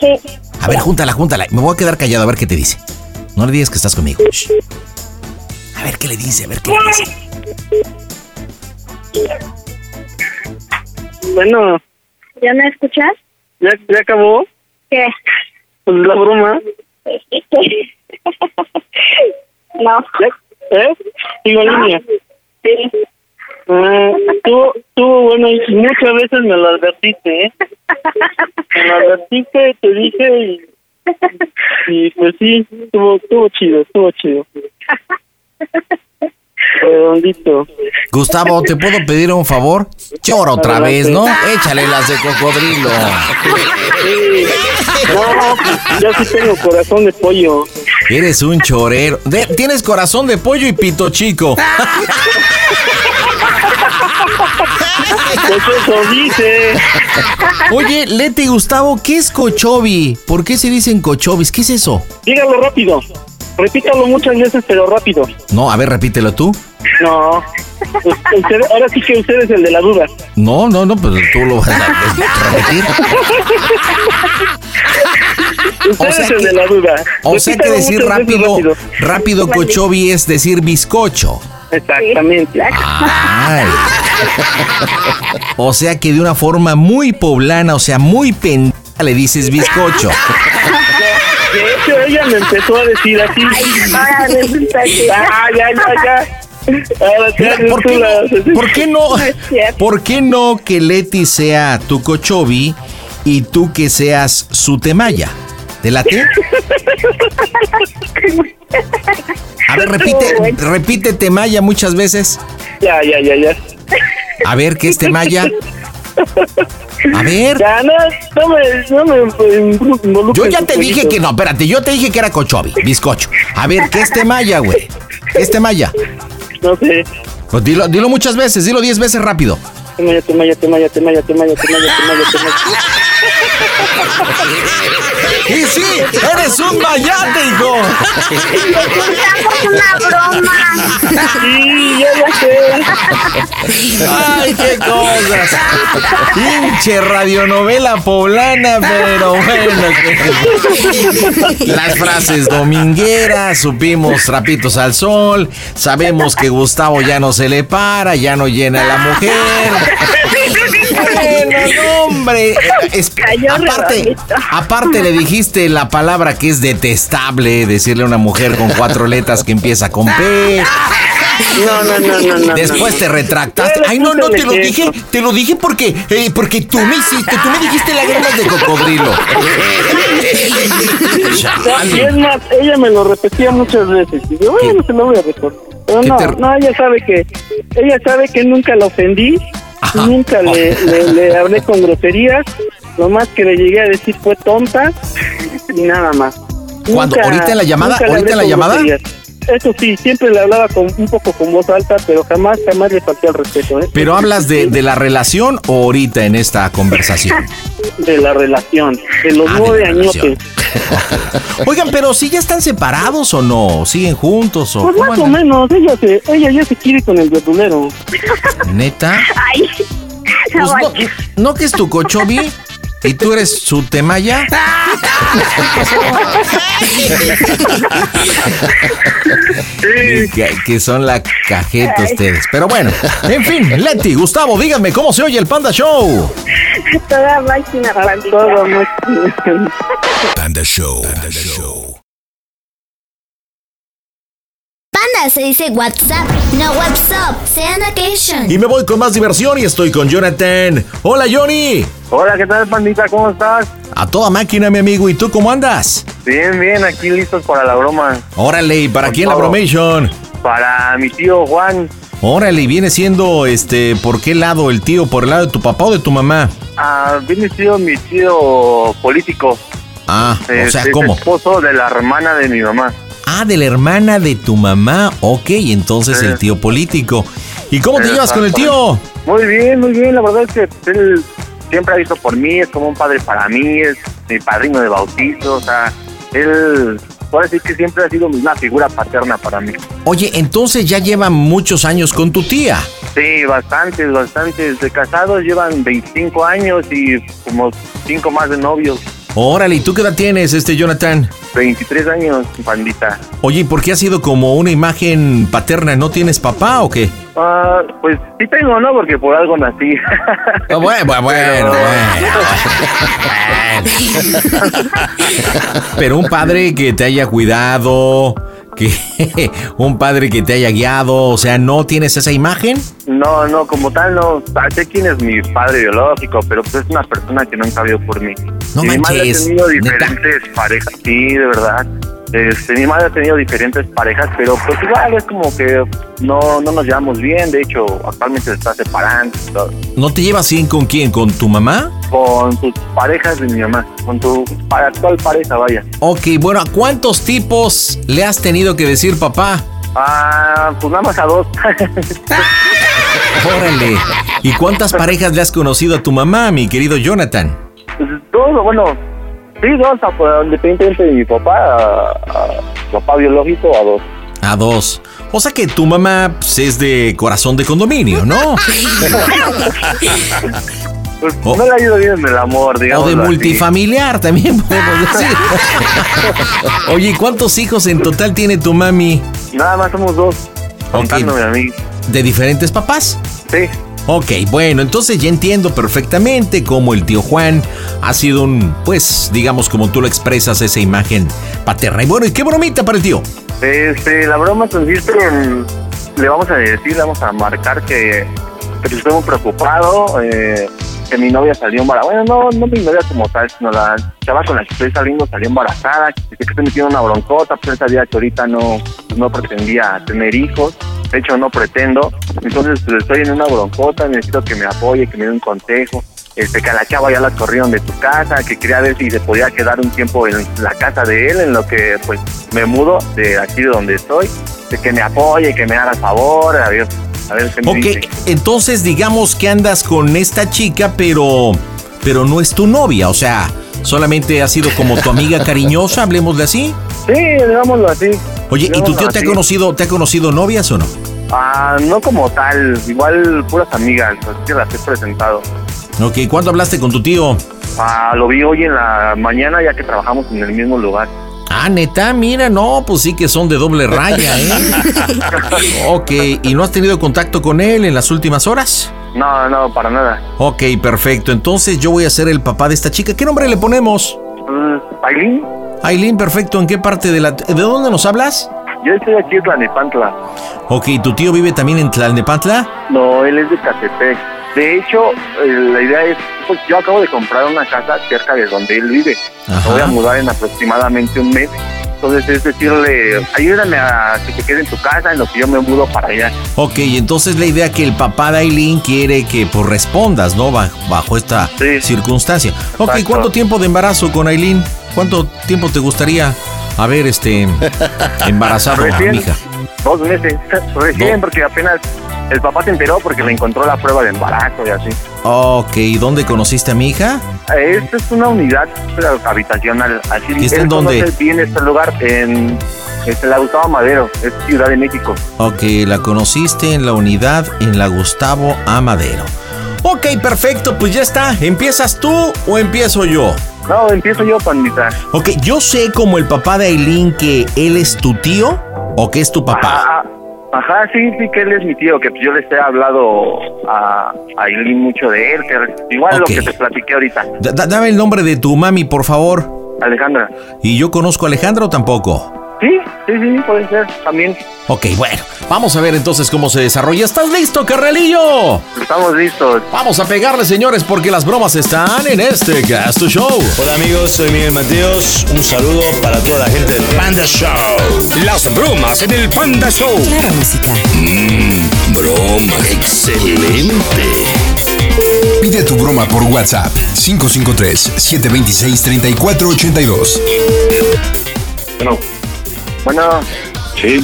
Speaker 3: Sí,
Speaker 2: A ver, júntala, júntala. Me voy a quedar callado a ver qué te dice. No le digas que estás conmigo. Shh. A ver qué le dice, a ver qué le dice.
Speaker 7: Bueno,
Speaker 3: ¿ya me escuchas?
Speaker 7: ¿ya, ya acabó
Speaker 3: ¿Qué?
Speaker 7: pues, la broma.
Speaker 3: (laughs) No.
Speaker 7: ¿Ya? ¿Eh? Sigo en línea.
Speaker 3: Sí.
Speaker 7: Ah, tú, tú, bueno, y muchas veces me lo advertiste, ¿eh? Me lo advertiste, te dije y, y pues sí, estuvo, estuvo chido, estuvo chido. Redondito.
Speaker 2: Gustavo, ¿te puedo pedir un favor? Llora otra
Speaker 7: Adelante.
Speaker 2: vez, ¿no? Échale las de cocodrilo.
Speaker 7: No, yo sí tengo corazón de pollo.
Speaker 2: Eres un chorero. De- tienes corazón de pollo y pito chico.
Speaker 7: Pues eso dice.
Speaker 2: Oye, Leti, Gustavo, ¿qué es cochobi? ¿Por qué se dicen cochobis? ¿Qué es eso?
Speaker 7: Dígalo rápido. Repítalo muchas veces, pero rápido.
Speaker 2: No, a ver, repítelo tú.
Speaker 7: No. Pues, Usted, ahora sí que usted es el de la duda.
Speaker 2: No, no, no, pues tú lo vas a repetir.
Speaker 7: Usted
Speaker 2: O sea
Speaker 7: es el
Speaker 2: que-
Speaker 7: de la duda.
Speaker 2: O sea que
Speaker 7: Repítalo
Speaker 2: decir
Speaker 7: muchas veces
Speaker 2: rápido, rápido cochobi es decir bizcocho.
Speaker 7: Exactamente.
Speaker 2: Ay. O sea que de una forma muy poblana, o sea, muy pendeja le dices bizcocho.
Speaker 7: De hecho, ella me empezó a decir así.
Speaker 3: Ahora resulta que
Speaker 7: Ah, ya, ya, ya. Ahora te
Speaker 2: Mira,
Speaker 7: haces
Speaker 2: ¿por,
Speaker 7: tú
Speaker 2: qué
Speaker 7: la-
Speaker 2: no, por qué no?
Speaker 3: es cierto.
Speaker 2: por qué no que Leti sea tu cochobi y tú que seas su temaya? ¿Te late? A ver, repite, repite temaya muchas veces.
Speaker 7: Ya, ya, ya, ya.
Speaker 2: A ver, ¿qué es temaya? A ver,
Speaker 7: Ya, pues, no, no me, no me involucres
Speaker 2: Yo ya
Speaker 7: en
Speaker 2: te
Speaker 7: tu
Speaker 2: dije
Speaker 7: jueguito.
Speaker 2: que no, espérate, yo te dije que era cochobi, bizcocho. A ver, ¿qué es temaya, güey? ¿Qué es temaya?
Speaker 7: No sé.
Speaker 2: Pues dilo, dilo muchas veces, dilo diez veces rápido.
Speaker 7: Temaya, temaya, temaya, temaya, temaya, temaya, temaya, temaya.
Speaker 2: ¡Y sí! ¡Eres un mayate, hijo!
Speaker 3: contamos una broma.
Speaker 7: Sí, ya, ya sé.
Speaker 2: ¡Ay, qué cosas! ¡Pinche radionovela poblana, pero bueno! que- Las frases domingueras, supimos trapitos al sol, sabemos que Gustavo ya no se le para, ya no llena a la mujer. Bueno, no, hombre. Eh, es-
Speaker 3: Cayó
Speaker 2: aparte,
Speaker 3: redondito.
Speaker 2: aparte le dijiste la palabra que es detestable, decirle a una mujer con cuatro letras que empieza con P.
Speaker 7: No, no, no, no, no.
Speaker 2: Después te retractaste.
Speaker 7: Ya le
Speaker 2: Ay, no, no,
Speaker 7: puse
Speaker 2: te lo
Speaker 7: el
Speaker 2: dije,
Speaker 7: ejemplo.
Speaker 2: te lo dije porque, eh, porque tú me hiciste, tú me dijiste lágrimas de cocodrilo.
Speaker 7: No. Y es más, ella me lo repetía muchas veces. Y yo, bueno, se lo voy a recordar. Pero
Speaker 2: ¿Qué
Speaker 7: no,
Speaker 2: te-
Speaker 7: no, ella sabe que, ella sabe que nunca la ofendí,
Speaker 2: Ajá. Oh.
Speaker 7: nunca le, le, le hablé con groserías, lo más que le llegué a decir fue tonta y nada más.
Speaker 2: ¿Cuándo? ¿Ahorita en la llamada?
Speaker 7: nunca le hablé
Speaker 2: ¿Ahorita en la
Speaker 7: con
Speaker 2: llamada?
Speaker 7: groserías. Eso sí, siempre le hablaba con, un poco con voz alta, pero jamás, jamás le falté al respeto, ¿eh?
Speaker 2: (laughs) Pero hablas de, de la relación o ahorita en esta conversación.
Speaker 7: De la relación, de los
Speaker 2: Ah, de
Speaker 7: nueve
Speaker 2: la
Speaker 7: años
Speaker 2: relación. Oigan, pero si ya están separados o no, siguen juntos o
Speaker 7: Pues
Speaker 2: cómo
Speaker 7: más o
Speaker 2: andan?
Speaker 7: menos, ella, se, ella ya se quiere con el verdulero.
Speaker 2: neta.
Speaker 3: Ay,
Speaker 2: Pues
Speaker 3: no,
Speaker 2: no, no que es tu cochobi y tú eres su temaya. que, que son la cajeta ustedes. Pero bueno, en fin, Leti, Gustavo, díganme cómo se oye el Panda Show.
Speaker 3: toda máquina, pandita.
Speaker 7: Todo muy...
Speaker 5: Panda Show. Panda Show.
Speaker 6: Panda se dice WhatsApp, no WhatsApp, sean occasion.
Speaker 2: Y me voy con más diversión y estoy con Jonathan. Hola, Johnny.
Speaker 8: Hola, ¿qué tal, pandita? ¿Cómo estás?
Speaker 2: A toda máquina, mi amigo. ¿Y tú cómo andas?
Speaker 8: Bien, bien, aquí listos para la broma.
Speaker 2: Órale, ¿y para
Speaker 8: Con
Speaker 2: quién la
Speaker 8: todo.
Speaker 2: bromation?
Speaker 8: Para mi tío Juan,
Speaker 2: Órale, ¿y viene siendo este por qué lado el tío? ¿Por el lado de tu papá o de tu mamá?
Speaker 8: ah, viene sido mi tío político.
Speaker 2: Ah, o
Speaker 8: Es-
Speaker 2: sea,
Speaker 8: es
Speaker 2: ¿cómo?
Speaker 8: esposo de la hermana de mi mamá.
Speaker 2: Ah, de la hermana de tu mamá. Ok, entonces
Speaker 8: Sí.
Speaker 2: el tío político. ¿Y cómo te llevas con el tío?
Speaker 8: Muy bien, muy bien. La verdad es que él siempre ha visto por mí, es como un padre para mí, es mi padrino de bautizo. O sea, él, por decir que siempre ha sido una figura paterna para mí.
Speaker 2: Oye, entonces ya llevan muchos años con tu tía.
Speaker 8: Sí, bastantes, bastantes. De casados llevan 25 años y como 5 más de novios.
Speaker 2: Órale, ¿y tú qué edad tienes, este Jonathan?
Speaker 8: 23 años, pandita.
Speaker 2: Oye, ¿y por qué ha sido como una imagen paterna? ¿No tienes papá o qué?
Speaker 8: Ah, pues sí tengo, ¿no? Porque por algo nací. (laughs)
Speaker 2: Ah, Bueno, bueno, bueno. (laughs) Pero un padre que te haya cuidado, que (laughs) un padre que te haya guiado, o sea, ¿no tienes esa imagen?
Speaker 8: no, no, como tal, no. Ah, Sé quién es mi padre biológico, pero pues es una persona que nunca vio por mí.
Speaker 2: No
Speaker 8: Y mi madre ha
Speaker 2: manches,
Speaker 8: tenido
Speaker 2: ¿neta?
Speaker 8: diferentes parejas, sí, de verdad. Este, mi madre ha tenido diferentes parejas, pero pues igual es como que no, no nos llevamos bien. De hecho, actualmente se está separando y todo.
Speaker 2: ¿No te llevas bien con quién? ¿Con tu mamá?
Speaker 8: con tus parejas de mi mamá, con tu para actual pareja, vaya.
Speaker 2: Ok, bueno, ¿a cuántos tipos le has tenido que decir papá?
Speaker 8: Ah, pues nada más a dos. (laughs)
Speaker 2: Órale. ¿Y cuántas parejas le has conocido a tu mamá, mi querido Jonathan?
Speaker 8: Todo, bueno, sí, dos, ah, pues, independientemente de mi papá, a, a papá biológico, a dos.
Speaker 2: A dos. O sea que tu mamá pues, es de corazón de condominio, ¿no?
Speaker 8: Pues,
Speaker 2: Oh.
Speaker 8: No le ayuda bien en el amor, digamos.
Speaker 2: O de multifamiliar también (laughs) podemos decir. Oye, ¿y ¿cuántos hijos en total tiene tu mami
Speaker 8: Nada más somos dos, contándome a mí.
Speaker 2: de diferentes papás?
Speaker 8: Sí,
Speaker 2: Ok, bueno, entonces ya entiendo perfectamente cómo el tío Juan ha sido un, pues, digamos como tú lo expresas, esa imagen paterna. Y bueno, ¿y qué bromita para el tío?
Speaker 8: este, la broma consiste en, le vamos a decir, le vamos a marcar que, que estoy muy preocupado, eh, que mi novia salió embarazada. Bueno, no, no mi novia como tal, sino la chava con la que estoy saliendo salió embarazada, que que estoy metiendo una broncota, pues él sabía que ahorita no, no pretendía tener hijos. De hecho, no pretendo. Entonces, pues, estoy en una broncota, necesito que me apoye, que me dé un consejo. Este, que a la chava ya la corrieron de tu casa, que quería ver si se podía quedar un tiempo en la casa de él, en lo que pues me mudo de aquí de donde estoy. De que me apoye, que me haga el favor, a ver, a ver qué me dice.
Speaker 2: Ok, entonces digamos que andas con esta chica, pero, pero no es tu novia, o sea, solamente ha sido como
Speaker 8: (laughs)
Speaker 2: tu amiga cariñosa, hablemosle así.
Speaker 8: Sí, digámoslo así.
Speaker 2: Oye, ¿y tu tío te
Speaker 8: Digámoslo
Speaker 2: ha
Speaker 8: así.
Speaker 2: conocido, te ha conocido novias o no?
Speaker 8: Ah, no como tal, igual puras amigas, así que las he presentado.
Speaker 2: Ok, ¿cuándo hablaste con tu tío?
Speaker 8: Ah, lo vi hoy en la mañana ya que trabajamos en el mismo lugar.
Speaker 2: Ah, neta, mira, no, pues sí que son de doble raya, ¿eh? ok, ¿y no has tenido contacto con él en las últimas horas?
Speaker 8: No, no, para nada.
Speaker 2: Ok, perfecto, entonces yo voy a ser el papá de esta chica. ¿Qué nombre le ponemos?
Speaker 8: Mm, ¿Ailín?
Speaker 2: Aileen, perfecto, ¿en qué parte de la... ¿De dónde nos hablas?
Speaker 8: Yo estoy aquí en Tlanepantla.
Speaker 2: Ok, ¿tu tío vive también en Tlalnepantla?
Speaker 8: No, él es de Catepec. De hecho, eh, la idea es, pues yo acabo de comprar una casa cerca de donde él vive.
Speaker 2: Ajá.
Speaker 8: Me voy a mudar en aproximadamente un mes. Entonces es decirle, ayúdame a que te quede en tu casa en lo que yo me mudo para allá.
Speaker 2: Ok, entonces la idea que el papá de Aileen quiere que pues, respondas, ¿no? Ba- bajo esta
Speaker 8: Sí.
Speaker 2: circunstancia. Ok,
Speaker 8: Exacto.
Speaker 2: ¿cuánto tiempo de embarazo con Aileen? ¿Cuánto tiempo te gustaría haber este
Speaker 8: (laughs)
Speaker 2: embarazado a mi
Speaker 8: Recién,
Speaker 2: hija?
Speaker 8: dos meses, recién,
Speaker 2: No.
Speaker 8: porque apenas el papá se enteró porque le encontró la prueba de embarazo y así.
Speaker 2: Ok, ¿y dónde conociste a mi hija?
Speaker 8: Esta es una unidad pero, habitacional, así
Speaker 2: ¿Y está
Speaker 8: él
Speaker 2: en dónde?
Speaker 8: conoce bien este lugar, en, este, la Gustavo Madero, es Ciudad de México.
Speaker 2: Ok, la conociste en la unidad en la Gustavo Amadero. Ok, perfecto, pues ya está. ¿Empiezas tú o empiezo yo?
Speaker 8: No, empiezo yo, pandita.
Speaker 2: Ok, yo sé como el papá de Aileen que él es tu tío o que es tu papá.
Speaker 8: Ajá, Ah, ajá, sí, sí, que él es mi tío, que yo les he hablado a a Aileen mucho de él, que igual
Speaker 2: Ok.
Speaker 8: lo que te platiqué ahorita,
Speaker 2: Da- da- dame el nombre de tu mami, por favor.
Speaker 8: Alejandra.
Speaker 2: ¿Y yo conozco a Alejandro tampoco?
Speaker 8: Sí, sí, sí, puede ser, también
Speaker 2: Ok, bueno, vamos a ver entonces cómo se desarrolla. ¿Estás listo, carrelillo?
Speaker 8: estamos listos.
Speaker 2: Vamos a pegarle, señores, porque las bromas están en este Gas to Show.
Speaker 9: Hola amigos, soy Miguel Mateos. Un saludo para toda la gente del
Speaker 5: Panda Show. Las bromas en el Panda Show.
Speaker 10: Claro, música.
Speaker 5: Broma. Excelente.
Speaker 1: Pide tu broma por WhatsApp 553 726 3482.
Speaker 8: Bueno, Bueno,
Speaker 10: Sí,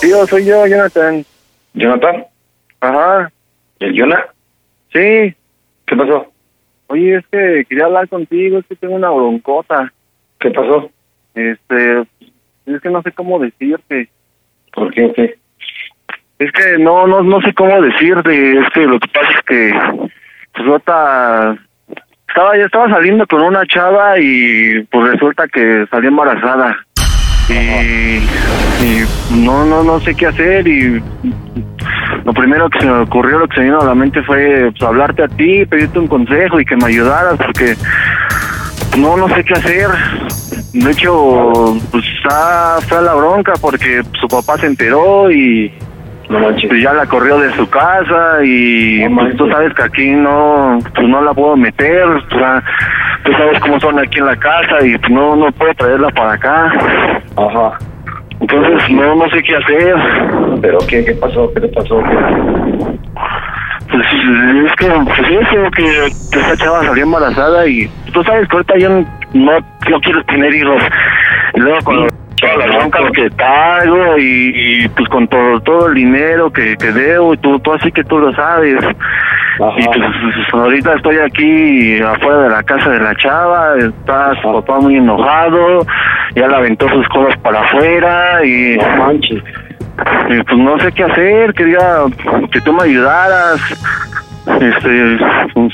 Speaker 8: tío, soy yo, Jonathan.
Speaker 10: Jonathan,
Speaker 8: Ajá,
Speaker 10: el Jonah,
Speaker 8: sí.
Speaker 10: ¿qué pasó?
Speaker 8: Oye, es que quería hablar contigo, es que tengo una broncota.
Speaker 10: ¿Qué pasó?
Speaker 8: Este, es que no sé cómo decirte.
Speaker 10: ¿Por qué o qué?
Speaker 8: Es que no, no, no sé cómo decirte. Es que lo que pasa es que, pues, nota, estaba, ya estaba saliendo con una chava y, pues, resulta que salí embarazada. Y, y no, no, no sé qué hacer y lo primero que se me ocurrió, lo que se me vino a la mente fue pues, hablarte a ti, pedirte un consejo y que me ayudaras porque no, no sé qué hacer. De hecho, pues está fea la bronca porque su papá se enteró y
Speaker 10: No manches.
Speaker 8: pues, ya la corrió de su casa y
Speaker 10: No
Speaker 8: pues, tú
Speaker 10: manches.
Speaker 8: sabes que aquí no, pues no la puedo meter, o sea, tú sabes cómo son aquí en la casa y pues, no, no puedo traerla para acá.
Speaker 10: Ajá.
Speaker 8: Entonces no, no sé qué hacer.
Speaker 10: ¿Pero qué? ¿Qué pasó? ¿Qué te pasó? ¿Qué?
Speaker 8: Pues es que, pues eso, que esta chava salió embarazada y tú sabes que ahorita yo no, no quiero tener hijos. Y luego con todas las broncas que traigo y, y, pues con todo todo el dinero que, que debo y tú, tú así que tú lo sabes. Y pues ahorita estoy aquí afuera de la casa de la chava, está su papá muy enojado, ya le aventó sus cosas para afuera
Speaker 10: (laughs)
Speaker 8: y...
Speaker 10: No manches.
Speaker 8: Eh, pues no sé qué hacer, quería que tú me ayudaras. Este, pues,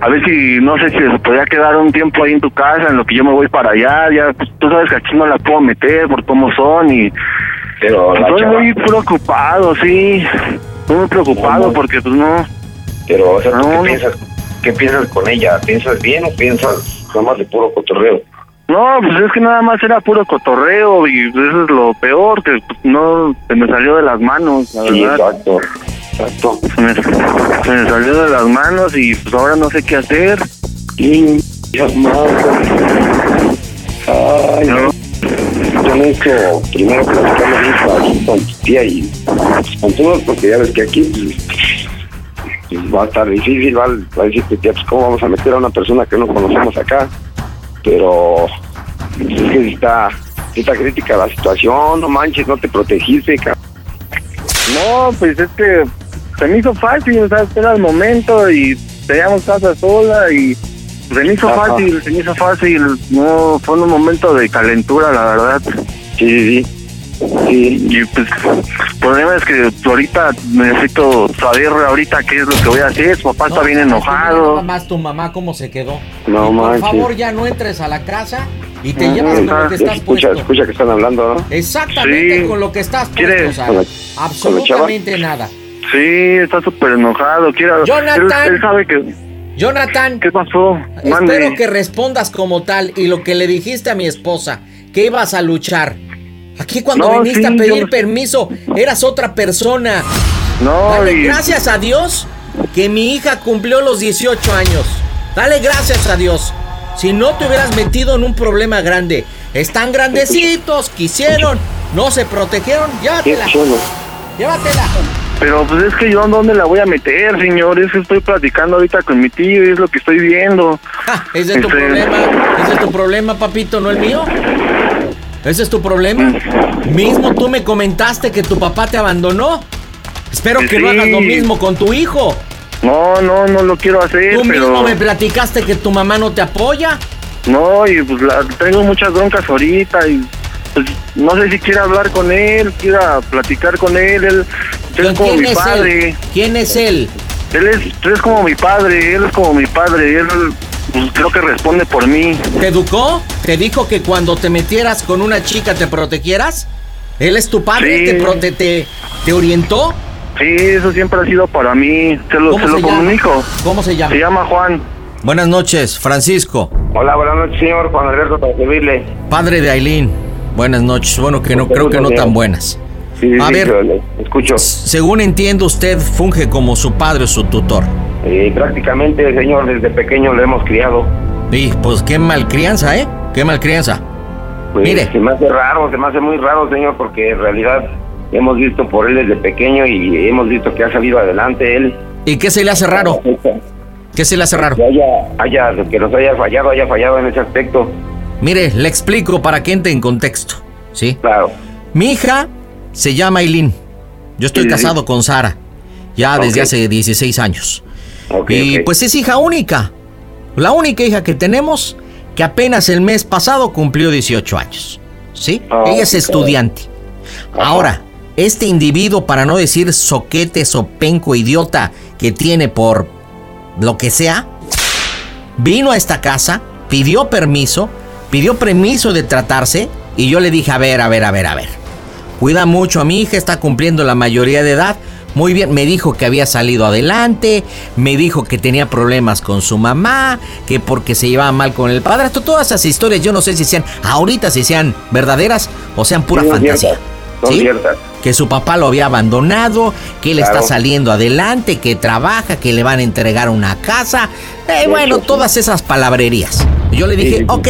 Speaker 8: a ver si, no sé si se podía quedar un tiempo ahí en tu casa, en lo que yo me voy para allá. Ya, pues, tú sabes que aquí no la puedo meter por cómo son y
Speaker 10: Pero la
Speaker 8: estoy
Speaker 10: chava,
Speaker 8: muy preocupado, sí. Estoy muy preocupado
Speaker 10: Ajá.
Speaker 8: porque, pues no,
Speaker 10: pero o sea, ¿tú
Speaker 8: No, no.
Speaker 10: ¿qué piensas? ¿Qué piensas con ella? ¿Piensas bien o piensas nada más de puro cotorreo?
Speaker 8: no, pues es que nada más era puro cotorreo y eso es lo peor, que pues, no se me salió de las manos, la
Speaker 10: Sí,
Speaker 8: verdad.
Speaker 10: exacto. Exacto.
Speaker 8: Se me, se me salió de las manos y pues ahora no sé qué hacer.
Speaker 10: Y Dios Ay,
Speaker 8: ¿no?
Speaker 10: con esto primero platicamos esto aquí con tu tía y pues, con todos porque ya ves que aquí pues, pues, va a estar difícil, va a- va a decir tu tía, pues cómo vamos a meter a una persona que no conocemos acá, pero pues, es que sí está, sí está crítica la situación, no manches, no te protegiste, cabrón.
Speaker 8: No, pues es que se me hizo fácil, o sea, era el momento y teníamos casa sola y se me hizo
Speaker 10: Ajá.
Speaker 8: fácil, se me hizo fácil. No, fue un momento de calentura, la verdad.
Speaker 10: Sí, sí, sí. Sí,
Speaker 8: Y pues, el problema es que ahorita necesito saber ahorita qué es lo que voy a hacer. Su papá está bien enojado.
Speaker 2: Nada más tu pues, mamá cómo se quedó.
Speaker 10: No
Speaker 2: Y por
Speaker 10: manches. Ah,
Speaker 2: favor, ya no entres a la casa y te
Speaker 8: Ajá.
Speaker 2: llevas con lo
Speaker 8: Ajá.
Speaker 2: que
Speaker 10: escucha,
Speaker 2: estás
Speaker 10: escucha,
Speaker 2: puesto.
Speaker 10: escucha que están hablando, ¿no?
Speaker 2: Exactamente
Speaker 8: Sí.
Speaker 2: con lo que estás puesto,
Speaker 8: ¿Quiere-
Speaker 2: Sal.
Speaker 10: con la-
Speaker 2: Absolutamente nada.
Speaker 8: Sí, está súper enojado. Quiere,
Speaker 2: Jonathan.
Speaker 8: él, él sabe que,
Speaker 2: Jonathan,
Speaker 8: qué pasó.
Speaker 2: espero que respondas como tal y lo que le dijiste a mi esposa, que ibas a luchar. Aquí cuando
Speaker 8: No, sí,
Speaker 2: viniste a pedir
Speaker 8: yo-
Speaker 2: permiso, eras otra persona.
Speaker 8: No,
Speaker 2: Dale
Speaker 8: y-
Speaker 2: gracias a Dios que mi hija cumplió los 18 años. Dale gracias a Dios. Si no te hubieras metido en un problema grande. Están grandecitos, quisieron, no se protegieron.
Speaker 10: Qué
Speaker 2: Llévatela,
Speaker 10: chulo.
Speaker 2: llévatela.
Speaker 8: Pero pues es que yo dónde la voy a meter, señor. Es que estoy platicando ahorita con mi tío y es lo que estoy viendo.
Speaker 2: Ja, Ah, ese es tu
Speaker 8: Este-
Speaker 2: problema, ese es tu problema, papito, no el mío. Ese es tu problema. Mismo tú me comentaste que tu papá te abandonó. Espero que no
Speaker 8: Sí.
Speaker 2: hagas lo mismo con tu hijo.
Speaker 8: No, no, no lo quiero hacer,
Speaker 2: Tú mismo
Speaker 8: pero
Speaker 2: me platicaste que tu mamá no te apoya.
Speaker 8: no, y pues la- tengo muchas broncas ahorita y pues no sé si quiera hablar con él, quiera platicar con él, él, él
Speaker 2: ¿Quién,
Speaker 8: es como mi
Speaker 2: es
Speaker 8: padre,
Speaker 2: él? ¿Quién es él?
Speaker 8: él es, él es como mi padre, él es como mi padre, él pues, creo que responde por mí.
Speaker 2: ¿Te educó? ¿Te dijo que cuando te metieras con una chica te protegieras? ¿Él es tu padre?
Speaker 8: Sí.
Speaker 2: ¿Te, prote- te, te orientó?
Speaker 8: Sí, eso siempre ha sido para mí, se lo, se lo comunico.
Speaker 2: ¿Cómo se llama?
Speaker 8: Se llama Juan.
Speaker 2: Buenas noches, Francisco,
Speaker 10: Hola, buenas noches, señor Juan Alberto, para servirle.
Speaker 2: padre de Ailín. Buenas noches, bueno que no creo que no tan buenas.
Speaker 10: Sí, sí,
Speaker 2: A
Speaker 10: sí,
Speaker 2: ver.
Speaker 10: pero le escucho.
Speaker 2: Según entiendo, usted funge como su padre o su tutor.
Speaker 10: Eh, prácticamente, señor, desde pequeño lo hemos criado.
Speaker 2: Y pues qué malcrianza, ¿eh? Qué malcrianza.
Speaker 10: Pues,
Speaker 2: Mire.
Speaker 10: Se me hace raro, se me hace muy raro, señor, porque en realidad hemos visto por él desde pequeño y hemos visto que ha salido adelante él.
Speaker 2: ¿Y qué se le hace raro? ¿Qué se le hace raro?
Speaker 10: Que, haya, haya- que nos haya fallado, haya fallado en ese aspecto.
Speaker 2: Mire, le explico para que entre en contexto.
Speaker 11: ¿sí?
Speaker 10: Claro.
Speaker 11: Mi hija se llama Eileen. Yo estoy
Speaker 10: Sí, sí.
Speaker 11: casado con Sara, ya desde
Speaker 10: Ok.
Speaker 11: hace 16 años.
Speaker 10: Ok,
Speaker 11: y
Speaker 10: ok.
Speaker 11: pues es hija única. La única hija que tenemos que apenas el mes pasado cumplió 18 años. ¿Sí?
Speaker 10: Ah,
Speaker 11: Ella es
Speaker 10: ok.
Speaker 11: estudiante. Ahora, este individuo, para no decir soquete, sopenco, idiota que tiene por lo que sea, vino a esta casa, pidió permiso, pidió permiso de tratarse y yo le dije, a ver, a ver, a ver, a ver. Cuida mucho a mi hija, está cumpliendo la mayoría de edad. Muy bien, me dijo que había salido adelante, me dijo que tenía problemas con su mamá, que porque se llevaba mal con el padrastro. Todas esas historias yo no sé si sean ahorita, si sean verdaderas o sean pura
Speaker 10: Sí, son
Speaker 11: fantasía.
Speaker 10: ciertas, Son
Speaker 11: ¿Sí?
Speaker 10: ciertas.
Speaker 11: que su papá lo había abandonado, que él
Speaker 10: Claro.
Speaker 11: está saliendo adelante, que trabaja, que le van a entregar una casa. Eh,
Speaker 10: Sí,
Speaker 11: bueno,
Speaker 10: sí, sí.
Speaker 11: todas esas palabrerías. Yo le dije,
Speaker 10: sí, sí.
Speaker 11: ok,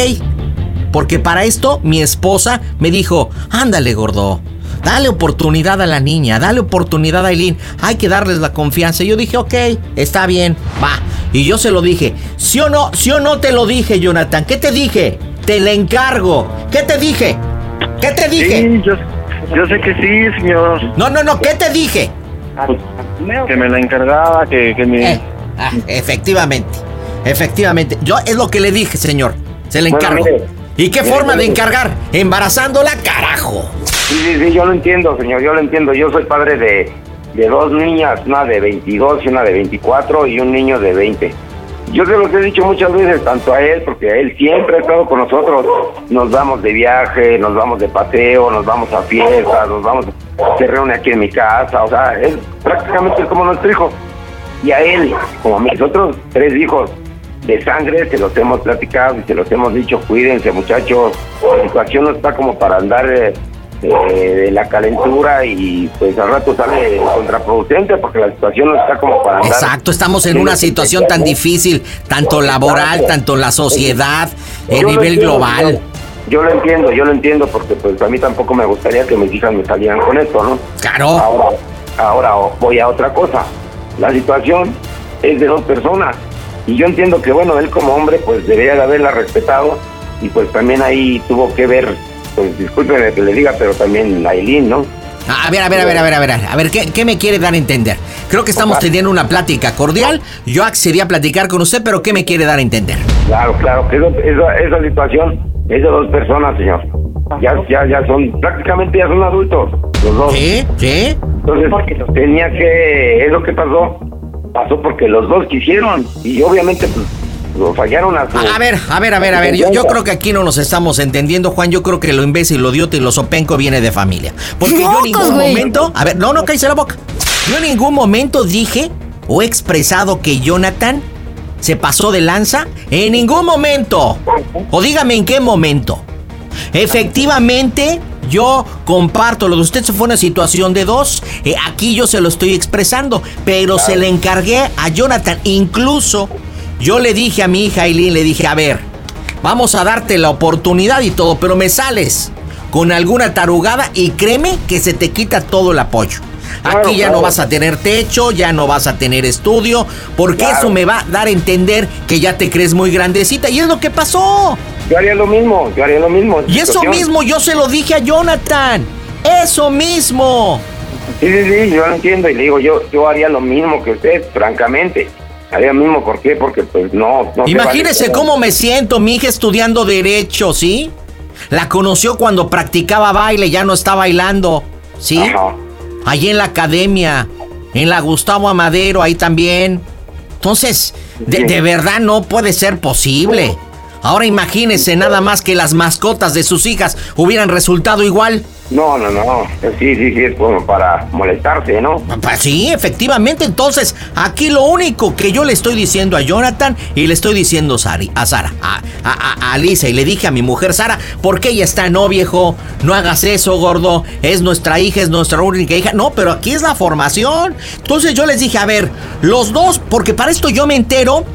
Speaker 11: porque para esto mi esposa me dijo, ándale gordo, dale oportunidad a la niña, dale oportunidad a Eileen, hay que darles la confianza. Y yo dije, ok, está bien, va. Y yo se lo dije, sí o no, sí o no te lo dije, Jonathan, ¿qué te dije? Te le encargo, ¿qué te dije? ¿Qué te dije?
Speaker 5: Sí, yo, yo sé que sí, señor.
Speaker 11: No, no, no, ¿qué te dije?
Speaker 5: Pues, que me la encargaba, que, que me...
Speaker 11: Eh, ah, efectivamente, efectivamente. Yo es lo que le dije, señor. Se le
Speaker 10: Bueno,
Speaker 11: encargo.
Speaker 10: mire.
Speaker 11: ¿Y qué
Speaker 10: Mire,
Speaker 11: forma de
Speaker 10: mire.
Speaker 11: encargar? Embarazándola, carajo.
Speaker 10: Sí, sí, sí, yo lo entiendo, señor, yo lo entiendo. Yo soy padre de, de dos niñas, una de 22 y una de 24 y un niño de 20. Yo se los he dicho muchas veces, tanto a él, porque él siempre ha estado con nosotros. Nos vamos de viaje, nos vamos de paseo, nos vamos a fiestas, nos vamos, se reúne aquí en mi casa. O sea, él prácticamente es como nuestro hijo. Y a él, como a mis otros tres hijos de sangre, se los hemos platicado y se los hemos dicho, cuídense muchachos, la situación no está como para andar eh, eh, de la calentura y pues al rato sale contraproducente porque la situación no está como para andar.
Speaker 11: Exacto, estamos en
Speaker 10: Sí,
Speaker 11: una
Speaker 10: sí,
Speaker 11: situación tan
Speaker 10: ¿no?
Speaker 11: difícil, tanto laboral,
Speaker 10: Exacto.
Speaker 11: tanto la sociedad, a
Speaker 10: Yo lo
Speaker 11: nivel
Speaker 10: entiendo,
Speaker 11: global.
Speaker 10: Yo, yo lo entiendo, yo lo entiendo porque pues a mí tampoco me gustaría que mis hijas me salieran con esto, ¿no?
Speaker 2: Oh.
Speaker 11: Claro,
Speaker 10: Ahora, ahora o- voy a otra cosa. La situación es de dos personas. Y yo entiendo que, bueno, él como hombre, pues debería de haberla respetado. Y pues también ahí tuvo que ver, pues discúlpenme que le diga, pero también Aileen, ¿no?
Speaker 11: A ver, a ver, a ver, a ver, a ver, a ver, ¿qué, qué me quiere dar a entender? Creo que estamos teniendo una plática cordial. Yo accedí a platicar con usted, pero ¿qué me quiere dar a entender?
Speaker 10: Claro, claro, que eso- esa, esa situación es de dos personas, señor. Ya, ya, ya son, prácticamente ya son adultos, los dos.
Speaker 11: ¿Qué? ¿Qué?
Speaker 10: Entonces tenía que, es lo que pasó, pasó porque los dos quisieron y obviamente pues, lo fallaron a su...
Speaker 11: A, a ver, a ver, a ver, a ver. Yo, yo creo que aquí no nos estamos entendiendo, Juan. Yo creo que lo imbécil, lo idiota y lo sopenco viene de familia. Porque yo en ningún
Speaker 2: ¡Mocos, güey!
Speaker 11: momento. A ver, no, no, cállese la boca. Yo en ningún momento dije o he expresado que Jonathan se pasó de lanza. En ningún momento. O dígame en qué momento. Efectivamente, yo comparto lo de usted. Se fue una situación de dos. eh, aquí yo se lo estoy expresando, pero se le encargué a Jonathan. Incluso yo le dije a mi hija Aileen, le dije, a ver, vamos a darte la oportunidad y todo, pero me sales con alguna tarugada y créeme que se te quita todo el apoyo.
Speaker 10: Claro,
Speaker 11: Aquí ya no
Speaker 10: claro.
Speaker 11: vas a tener techo, ya no vas a tener estudio, porque
Speaker 10: Claro.
Speaker 11: eso me va a dar a entender que ya te crees muy grandecita y es lo que pasó.
Speaker 10: Yo haría lo mismo, yo haría lo mismo.
Speaker 11: Y eso
Speaker 10: Situación.
Speaker 11: mismo yo se lo dije a Jonathan. Eso mismo.
Speaker 10: Sí, sí, sí, yo lo entiendo y le digo, yo, yo haría lo mismo que usted, francamente. Haría lo mismo, ¿por qué? Porque pues no... no se
Speaker 11: Imagínese
Speaker 10: vale.
Speaker 11: cómo me siento, mi hija estudiando derecho, ¿sí? La conoció cuando practicaba baile, ya no está bailando, ¿sí?
Speaker 10: Ajá.
Speaker 11: Allí en la academia, en la Gustavo Amadero, ahí también. Entonces, de,
Speaker 10: Sí.
Speaker 11: de verdad no puede ser posible. Ahora imagínese nada más que las mascotas de sus hijas hubieran resultado igual.
Speaker 10: No, no, no, pues sí, sí, sí, es como para molestarse, ¿no?
Speaker 11: Pues sí, efectivamente. Entonces, aquí lo único que yo le estoy diciendo a Jonathan y le estoy diciendo a Sari- a Sara, a, a, a- a Lisa, y le dije a mi mujer Sara, ¿por qué ella está no, viejo? No hagas eso, gordo. Es nuestra hija, es nuestra única hija. No, pero aquí es la formación. Entonces yo les dije, a ver, los dos, porque para esto yo me entero,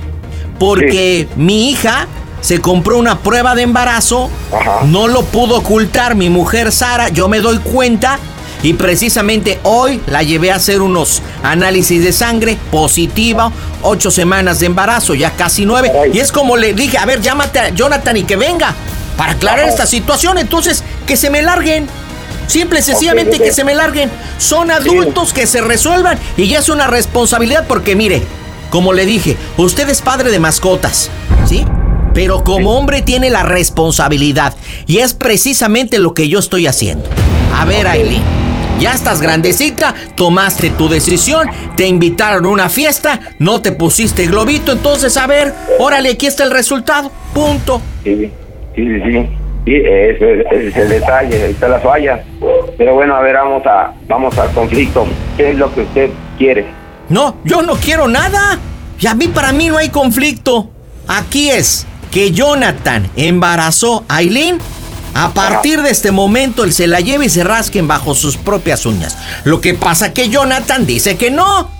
Speaker 11: porque mi hija se compró una prueba de embarazo,
Speaker 10: Ajá.
Speaker 11: no lo pudo ocultar mi mujer Sara, yo me doy cuenta y precisamente hoy la llevé a hacer unos análisis de sangre positiva, ocho semanas de embarazo, ya casi nueve.
Speaker 10: Ay.
Speaker 11: Y es como le dije, a ver, llámate a Jonathan y que venga. para aclarar esta situación. Entonces, que se me larguen. Simple y sencillamente
Speaker 12: Ok, ok.
Speaker 11: que se me larguen. Son adultos que se resuelvan y ya es una responsabilidad porque mire, como le dije, usted es padre de mascotas, ¿sí? Pero como hombre tiene la responsabilidad y es precisamente lo que yo estoy haciendo. A ver, Aileen, ya estás grandecita, tomaste tu decisión, te invitaron a una fiesta, no te pusiste globito, entonces a ver, órale, aquí está el resultado, punto.
Speaker 10: Sí, sí, sí, sí. Sí, ese, es- ese es el detalle, ahí está la falla. Pero bueno, a ver, vamos a vamos al conflicto. ¿Qué es lo que usted quiere?
Speaker 11: No, yo no quiero nada. Y a mí para mí no hay conflicto. Aquí es que Jonathan embarazó a Aileen. A partir de este momento él se la lleva y se rasquen bajo sus propias uñas. Lo que pasa que Jonathan dice que no.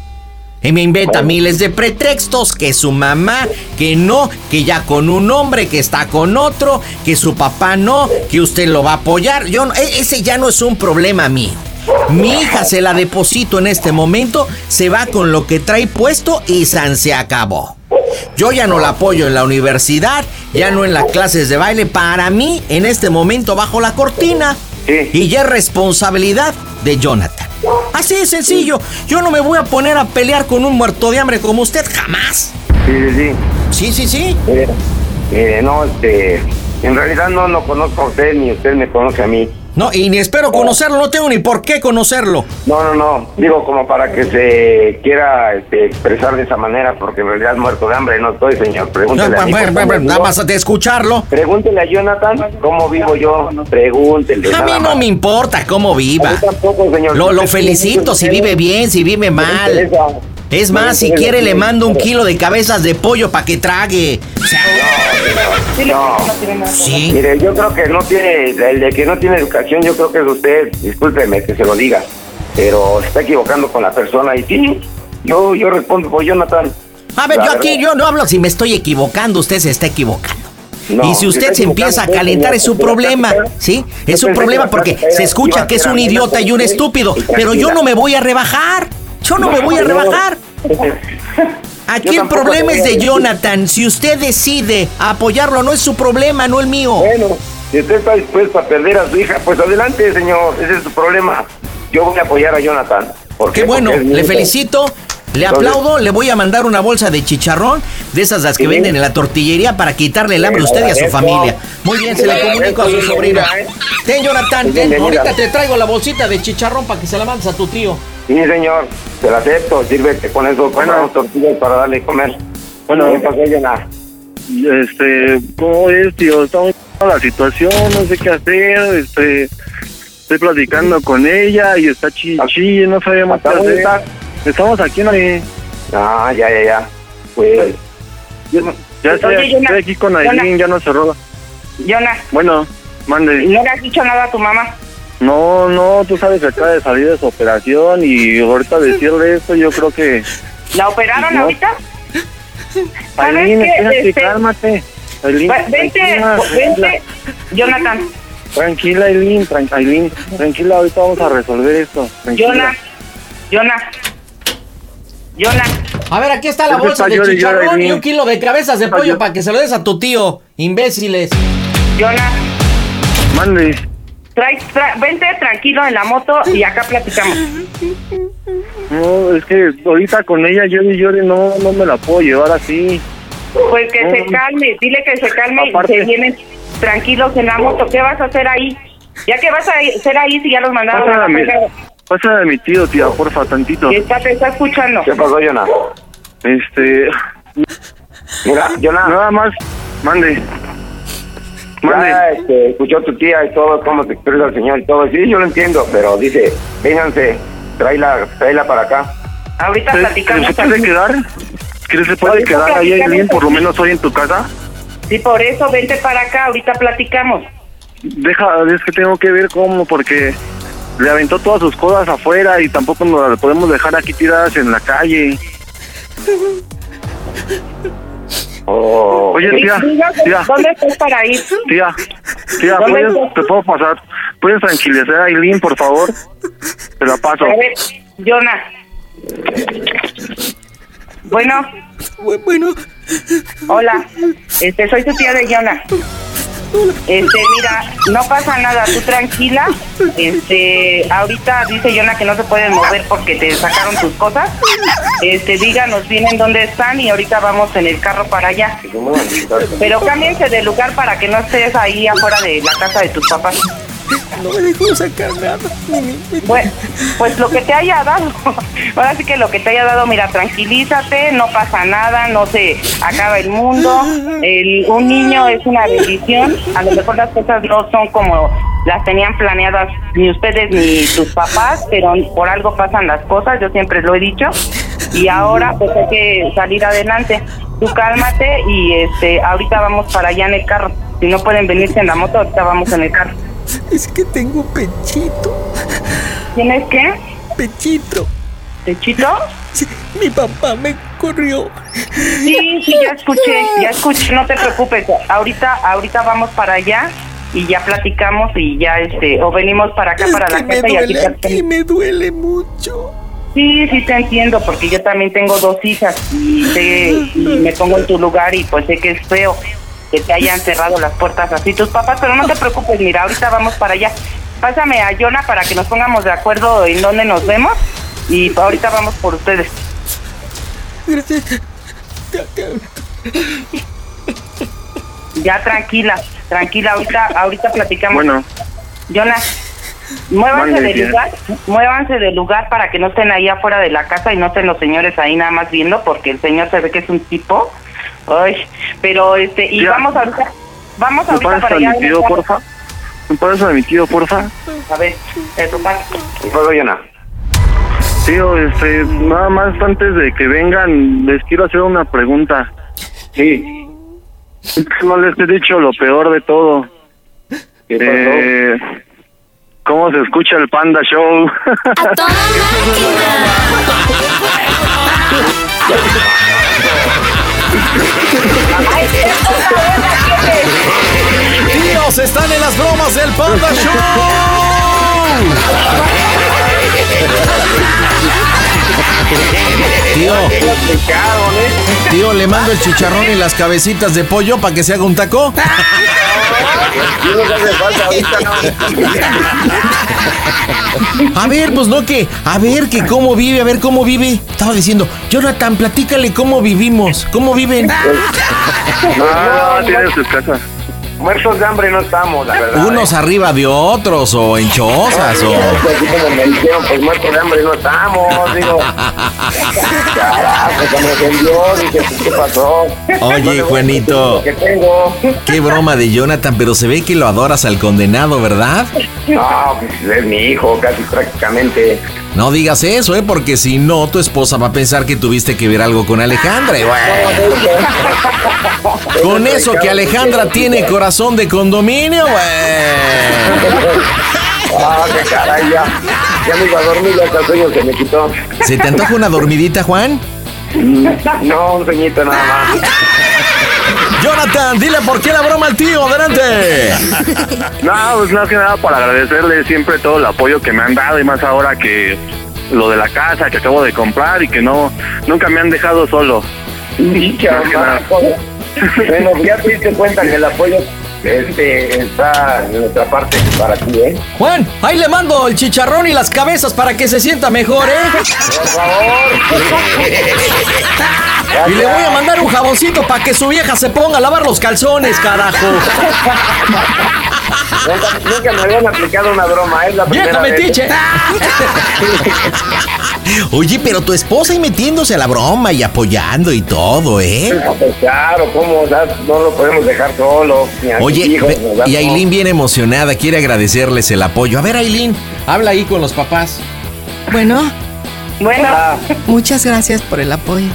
Speaker 11: Y me inventa E miles de pretextos, que su mamá, que no, que ya con un hombre, que está con otro, que su papá no, que usted lo va a apoyar. Yo no- e- ese ya no es un problema mío. Mi hija se la deposito en este momento, se va con lo que trae puesto y San se acabó. Yo ya no la apoyo en la universidad, ya no en las clases de baile. Para mí, en este momento, bajo la cortina. Y ya es responsabilidad de Jonathan. Así de sencillo. Yo no me voy a poner a pelear con un muerto de hambre como usted jamás.
Speaker 10: Sí, sí, sí.
Speaker 11: Sí, sí, sí.
Speaker 10: Mire, mire, no, este, en realidad no lo conozco a usted ni usted me conoce a mí.
Speaker 11: No, y ni espero conocerlo, no tengo ni por qué conocerlo.
Speaker 10: No, no, no. Digo como para que se quiera este, expresar de esa manera, porque en realidad muerto de hambre no estoy, señor. Pregúntele
Speaker 11: No,
Speaker 10: a mí
Speaker 11: bueno,
Speaker 10: cómo
Speaker 11: bueno, bueno,
Speaker 10: vivo.
Speaker 11: nada más de escucharlo.
Speaker 10: Pregúntele a Jonathan cómo vivo yo. Pregúntele.
Speaker 11: A
Speaker 10: nada
Speaker 11: mí
Speaker 10: más.
Speaker 11: no me importa cómo
Speaker 10: A
Speaker 11: viva.
Speaker 10: mí tampoco, señor.
Speaker 11: Lo, lo
Speaker 10: Usted tiene
Speaker 11: felicito si
Speaker 10: que
Speaker 11: vive bien, si vive mal.
Speaker 10: interesa.
Speaker 11: Es
Speaker 10: No
Speaker 11: más,
Speaker 10: me
Speaker 11: si
Speaker 10: interesa,
Speaker 11: quiere
Speaker 10: no
Speaker 11: le
Speaker 10: me
Speaker 11: mando un
Speaker 10: interesa.
Speaker 11: kilo de cabezas de pollo para que trague. O sea,
Speaker 10: No. Mire, yo creo que no tiene, el de que no tiene educación, yo creo que es usted, discúlpeme que se lo diga, pero se está equivocando con la persona y sí, yo, yo respondo por Jonathan.
Speaker 11: A ver,
Speaker 10: La
Speaker 11: yo
Speaker 10: verdad.
Speaker 11: aquí yo no hablo si me estoy equivocando, usted se está equivocando.
Speaker 10: No,
Speaker 11: y si usted
Speaker 10: está
Speaker 11: se empieza a
Speaker 10: equivocando,
Speaker 11: calentar es su
Speaker 10: señor,
Speaker 11: problema,
Speaker 10: señor.
Speaker 11: ¿sí?
Speaker 10: Yo
Speaker 11: Es su
Speaker 10: pensé
Speaker 11: problema
Speaker 10: que la
Speaker 11: porque
Speaker 10: plática
Speaker 11: se
Speaker 10: era- iba
Speaker 11: escucha
Speaker 10: a
Speaker 11: que es
Speaker 10: ser
Speaker 11: un
Speaker 10: amena
Speaker 11: idiota y un
Speaker 10: con usted
Speaker 11: estúpido,
Speaker 10: y
Speaker 11: pero yo
Speaker 10: tranquila.
Speaker 11: no me voy a rebajar. Yo no, me voy a
Speaker 10: yo-
Speaker 11: rebajar. Aquí el
Speaker 10: tampoco
Speaker 11: problema
Speaker 10: te voy
Speaker 11: es
Speaker 10: a
Speaker 11: de
Speaker 10: decir.
Speaker 11: Jonathan. Si usted decide apoyarlo, no es su problema, no el mío.
Speaker 10: Bueno, Si usted está dispuesto a perder a su hija, pues adelante, señor, ese es su problema. Yo voy a apoyar a Jonathan. ¿Por
Speaker 11: Qué bueno,
Speaker 10: Porque es mi
Speaker 11: le
Speaker 10: hijo.
Speaker 11: felicito, le
Speaker 10: eh, Entonces-
Speaker 11: aplaudo, le voy a mandar una bolsa de chicharrón, de esas las que
Speaker 10: Sí.
Speaker 11: venden en la tortillería para quitarle el hambre
Speaker 10: Le
Speaker 11: a usted y a su
Speaker 10: agradezco.
Speaker 11: familia. Muy bien, se la
Speaker 10: Le
Speaker 11: comunico a su
Speaker 10: agradezco, eh.
Speaker 11: sobrino.
Speaker 10: bienvenida,
Speaker 11: Ten, Jonathan, ten,
Speaker 10: Bienvenida.
Speaker 11: ahorita te traigo la bolsita de chicharrón para que se la mandes a tu tío.
Speaker 10: Sí, señor, te la acepto, sírvete con eso, compramos tortillas para darle de comer. Bueno, ¿qué pasó, Jonathan?
Speaker 8: Este, ¿cómo es, tío? Estamos en la situación, no sé qué hacer, este, estoy platicando con ella y está chichi, no sabemos qué
Speaker 10: ¿Hasta dónde
Speaker 8: hacer.
Speaker 10: estás?
Speaker 8: Estamos aquí en la...
Speaker 10: Ah, ya, ya, ya. Pues,
Speaker 8: Ya estoy,
Speaker 3: Oye, Yona,
Speaker 8: estoy aquí con Aileen,
Speaker 3: Yona.
Speaker 8: ya no se roba.
Speaker 3: Yona,
Speaker 8: Bueno, mande.
Speaker 3: ¿no le has dicho nada a tu mamá?
Speaker 8: No, no, tú sabes que acaba de salir de su operación y ahorita decirle esto yo creo que...
Speaker 3: ¿La operaron
Speaker 8: No.
Speaker 3: ahorita? ¿Sabes
Speaker 8: Aileen,
Speaker 3: qué?
Speaker 8: espérate,
Speaker 3: Este,
Speaker 8: cálmate. Aileen,
Speaker 3: va- vente,
Speaker 8: tranquila,
Speaker 3: vente, Jonathan,
Speaker 8: Tranquila, Aileen, tran- Aileen, tranquila, ahorita vamos a resolver esto. Tranquila.
Speaker 3: Jonah, Jonah, Jonah.
Speaker 11: A ver, aquí está la
Speaker 8: Ese
Speaker 11: bolsa
Speaker 8: está
Speaker 11: de
Speaker 8: llore y llore,
Speaker 11: chicharrón y
Speaker 8: Irving.
Speaker 11: un kilo de cabezas de
Speaker 8: Está
Speaker 11: pollo
Speaker 8: llore.
Speaker 11: para que se lo des a tu tío, imbéciles.
Speaker 3: Jonah,
Speaker 8: Mande.
Speaker 3: trae, tra- vente tranquilo en la moto y acá platicamos.
Speaker 8: No, es que ahorita con ella yo y llore, no, no me la puedo llevar así.
Speaker 3: Pues que se calme, dile que se calme y
Speaker 8: Mm. Aparte-
Speaker 3: se vienen tranquilos en la moto. ¿Qué vas a hacer ahí? ¿Ya qué vas a hacer ahí si ya los mandaron a
Speaker 8: Pásame a
Speaker 3: la
Speaker 8: mi,
Speaker 3: fregada?
Speaker 8: pásame a mi tío, tía, porfa, tantito.
Speaker 3: Y está, te está escuchando.
Speaker 10: ¿qué pasó, Jonathan?
Speaker 8: Este...
Speaker 10: Mira, Jonathan.
Speaker 8: Nada más, mande.
Speaker 10: Ya, este, escuchó tu tía y todo, cómo se expresa el señor y todo. Sí, yo lo entiendo, pero dice, vénganse, tráela, tráela para acá.
Speaker 3: Ahorita platicamos.
Speaker 8: ¿Se puede quedar? ¿Que se puede
Speaker 3: Ahorita
Speaker 8: quedar ahí,
Speaker 3: platicamos.
Speaker 8: Aileen, por lo menos hoy en tu casa?
Speaker 3: Sí, por eso vente para acá, ahorita platicamos.
Speaker 8: Deja, es que tengo que ver cómo, porque le aventó todas sus cosas afuera y tampoco nos las podemos dejar aquí tiradas en la calle.
Speaker 12: Oh,
Speaker 8: Oye, tía,
Speaker 3: Dígame,
Speaker 8: tía,
Speaker 3: ¿Dónde estás para ir?
Speaker 8: tía, tía,
Speaker 3: ¿Dónde
Speaker 8: ¿puedes,
Speaker 3: está?
Speaker 8: te puedo pasar, puedes tranquilizar a Aileen, por favor. Te la paso.
Speaker 3: A ver, Jonah. Bueno. Bueno. Hola, este, soy tu tía de Jonah.
Speaker 12: Este, mira, no pasa nada, tú tranquila. Este, ahorita dice Yona que no se pueden mover porque te sacaron tus cosas. Este, díganos bien en dónde están y ahorita vamos en el carro para allá. Pero cámbiense de lugar para que no estés ahí afuera de la casa de tus papás.
Speaker 7: No me dejó sacar nada.
Speaker 12: Pues, pues lo que te haya dado. (laughs) Ahora sí que lo que te haya dado, mira, tranquilízate, no pasa nada, no se acaba el mundo. El- un niño es una bendición. A lo mejor las cosas no son como las tenían planeadas ni ustedes ni tus papás, pero por algo pasan las cosas, yo siempre lo he dicho. Y ahora pues hay que salir adelante. Tú cálmate y este, ahorita vamos para allá en el carro. Si no pueden venirse en la moto, ahorita vamos en el carro.
Speaker 7: Es que tengo pechito.
Speaker 12: ¿Tienes qué?
Speaker 7: Pechito.
Speaker 12: ¿Pechito?
Speaker 7: Sí, mi papá me corrió.
Speaker 12: Sí, sí, ya escuché, ya escuché, no te preocupes. Ahorita, ahorita vamos para allá y ya platicamos y ya este, o venimos para acá para la casa y aquí te-
Speaker 7: aquí me duele mucho.
Speaker 12: Sí, sí te entiendo, porque yo también tengo dos hijas y, sé- y me pongo en tu lugar y pues sé que es feo que te hayan cerrado las puertas así tus papás, pero no te preocupes, mira, ahorita vamos para allá. Pásame a Yona para que nos pongamos de acuerdo en dónde nos vemos y ahorita vamos por ustedes.
Speaker 7: Gracias.
Speaker 12: Ya tranquila, tranquila, ahorita, ahorita platicamos.
Speaker 8: Bueno.
Speaker 12: Jonas, muévanse
Speaker 8: Mande,
Speaker 12: de
Speaker 8: tía.
Speaker 12: lugar, muévanse de lugar para que no estén ahí afuera de la casa y no estén los señores ahí nada más viendo, porque el señor se ve que es un tipo. Ay, pero este, y
Speaker 8: Tía.
Speaker 12: vamos ahorita, vamos
Speaker 8: ¿Me
Speaker 12: ahorita
Speaker 8: pasas
Speaker 12: para
Speaker 8: a
Speaker 12: allá.
Speaker 8: mi tío, porfa? ¿Me pasas a mi tío, porfa?
Speaker 12: A ver, eh, papá.
Speaker 8: Puedo llenar. Tío, este, nada más antes de que vengan, les quiero hacer una pregunta. Sí. No les he dicho lo peor de todo. Eh, ¿Cómo se escucha el Panda Show?
Speaker 2: ¡Tíos, están en las bromas del Panda Show! Tío, tío, le mando el chicharrón y las cabecitas de pollo para que se haga un taco. A ver, pues no que, a ver que cómo vive, a ver cómo vive. Estaba diciendo, Jonathan, platícale cómo vivimos, cómo viven.
Speaker 8: (laughs) No, tienes sus casas.
Speaker 10: Muertos de hambre no estamos, la verdad. ¿eh?
Speaker 2: Unos arriba de otros o en chozas o...
Speaker 10: Pues, así como me dijeron, pues muertos de hambre no estamos, digo. Carajo, se me ofendió, dije, pues, ¿qué pasó?
Speaker 2: Oye, Juanito,
Speaker 10: ¿Qué tengo?
Speaker 2: qué broma de Jonathan, pero se ve que lo adoras al condenado, ¿verdad?
Speaker 10: No, pues es mi hijo, casi prácticamente.
Speaker 2: No digas eso, ¿eh? Porque si no, tu esposa va a pensar que tuviste que ver algo con Alejandra. y bueno, con eso que Alejandra tiene corazón de condominio, güey.
Speaker 10: Ah, qué caray, ya. Ya me iba a dormir, ya hasta el sueño se me quitó.
Speaker 2: ¿Se te antoja una dormidita, Juan?
Speaker 10: No, un sueñito nada más.
Speaker 2: Jonathan, dile por qué la broma al tío, adelante.
Speaker 8: No, pues más que nada para agradecerles siempre todo el apoyo que me han dado y más ahora que lo de la casa que acabo de comprar y que no nunca me han dejado solo. Más que nada. (laughs)
Speaker 10: Bueno, pues ya te diste cuenta que el apoyo este, está de nuestra parte para ti, ¿eh?
Speaker 7: Juan, ahí le mando el chicharrón y las cabezas para que se sienta mejor, ¿eh?
Speaker 10: Por favor.
Speaker 7: Y le voy a mandar un jaboncito para que su vieja se ponga a lavar los calzones, carajo.
Speaker 10: Nunca, nunca me habían aplicado una broma, es la primera
Speaker 7: ¡Vieja
Speaker 10: vez.
Speaker 7: metiche!
Speaker 2: (laughs) Oye, pero tu esposa ahí metiéndose a la broma y apoyando y todo, ¿eh?
Speaker 10: No, pues claro, ¿cómo? O sea, no lo podemos dejar solo. Ni a mis
Speaker 2: Oye,
Speaker 10: hijos,
Speaker 2: ve-
Speaker 10: o sea,
Speaker 2: y
Speaker 10: no.
Speaker 2: Ailín bien emocionada, quiere agradecerles el apoyo. A ver, Ailín, habla ahí con los papás.
Speaker 11: Bueno,
Speaker 12: Bueno,
Speaker 11: muchas gracias por el apoyo.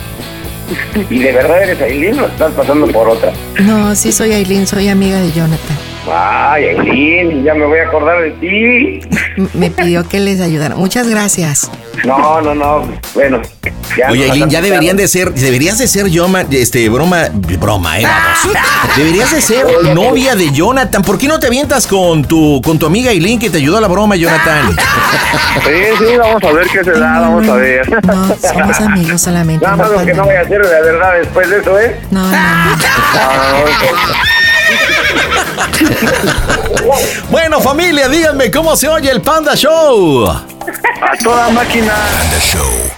Speaker 10: ¿Y de verdad eres Aileen o estás pasando por otra?
Speaker 11: No, sí soy Aileen, soy amiga de Jonathan.
Speaker 10: Ay, Aileen, ya me voy a acordar de ti.
Speaker 11: M- Me pidió que les ayudara. Muchas gracias.
Speaker 10: No, no, no. Bueno, ya.
Speaker 2: Oye,
Speaker 10: nos
Speaker 2: Ailín, ya
Speaker 10: aceptaron.
Speaker 2: deberían de ser, deberías de ser Yoma, este, broma,
Speaker 10: (laughs)
Speaker 2: broma, eh, vamos. Deberías de ser novia de Jonathan. ¿Por qué no te avientas con tu, con tu amiga Ailín que te ayudó a la broma, Jonathan?
Speaker 8: Sí, sí, vamos a ver qué se da, vamos a ver.
Speaker 2: (laughs)
Speaker 11: No, somos amigos solamente.
Speaker 10: Nada más lo que (laughs) no voy a
Speaker 2: (laughs)
Speaker 10: hacer, la verdad, después de eso, ¿eh?
Speaker 11: No, no, no.
Speaker 10: Ah, ok.
Speaker 2: bueno, familia, díganme cómo se oye el Panda Show.
Speaker 8: A toda máquina. Panda Show.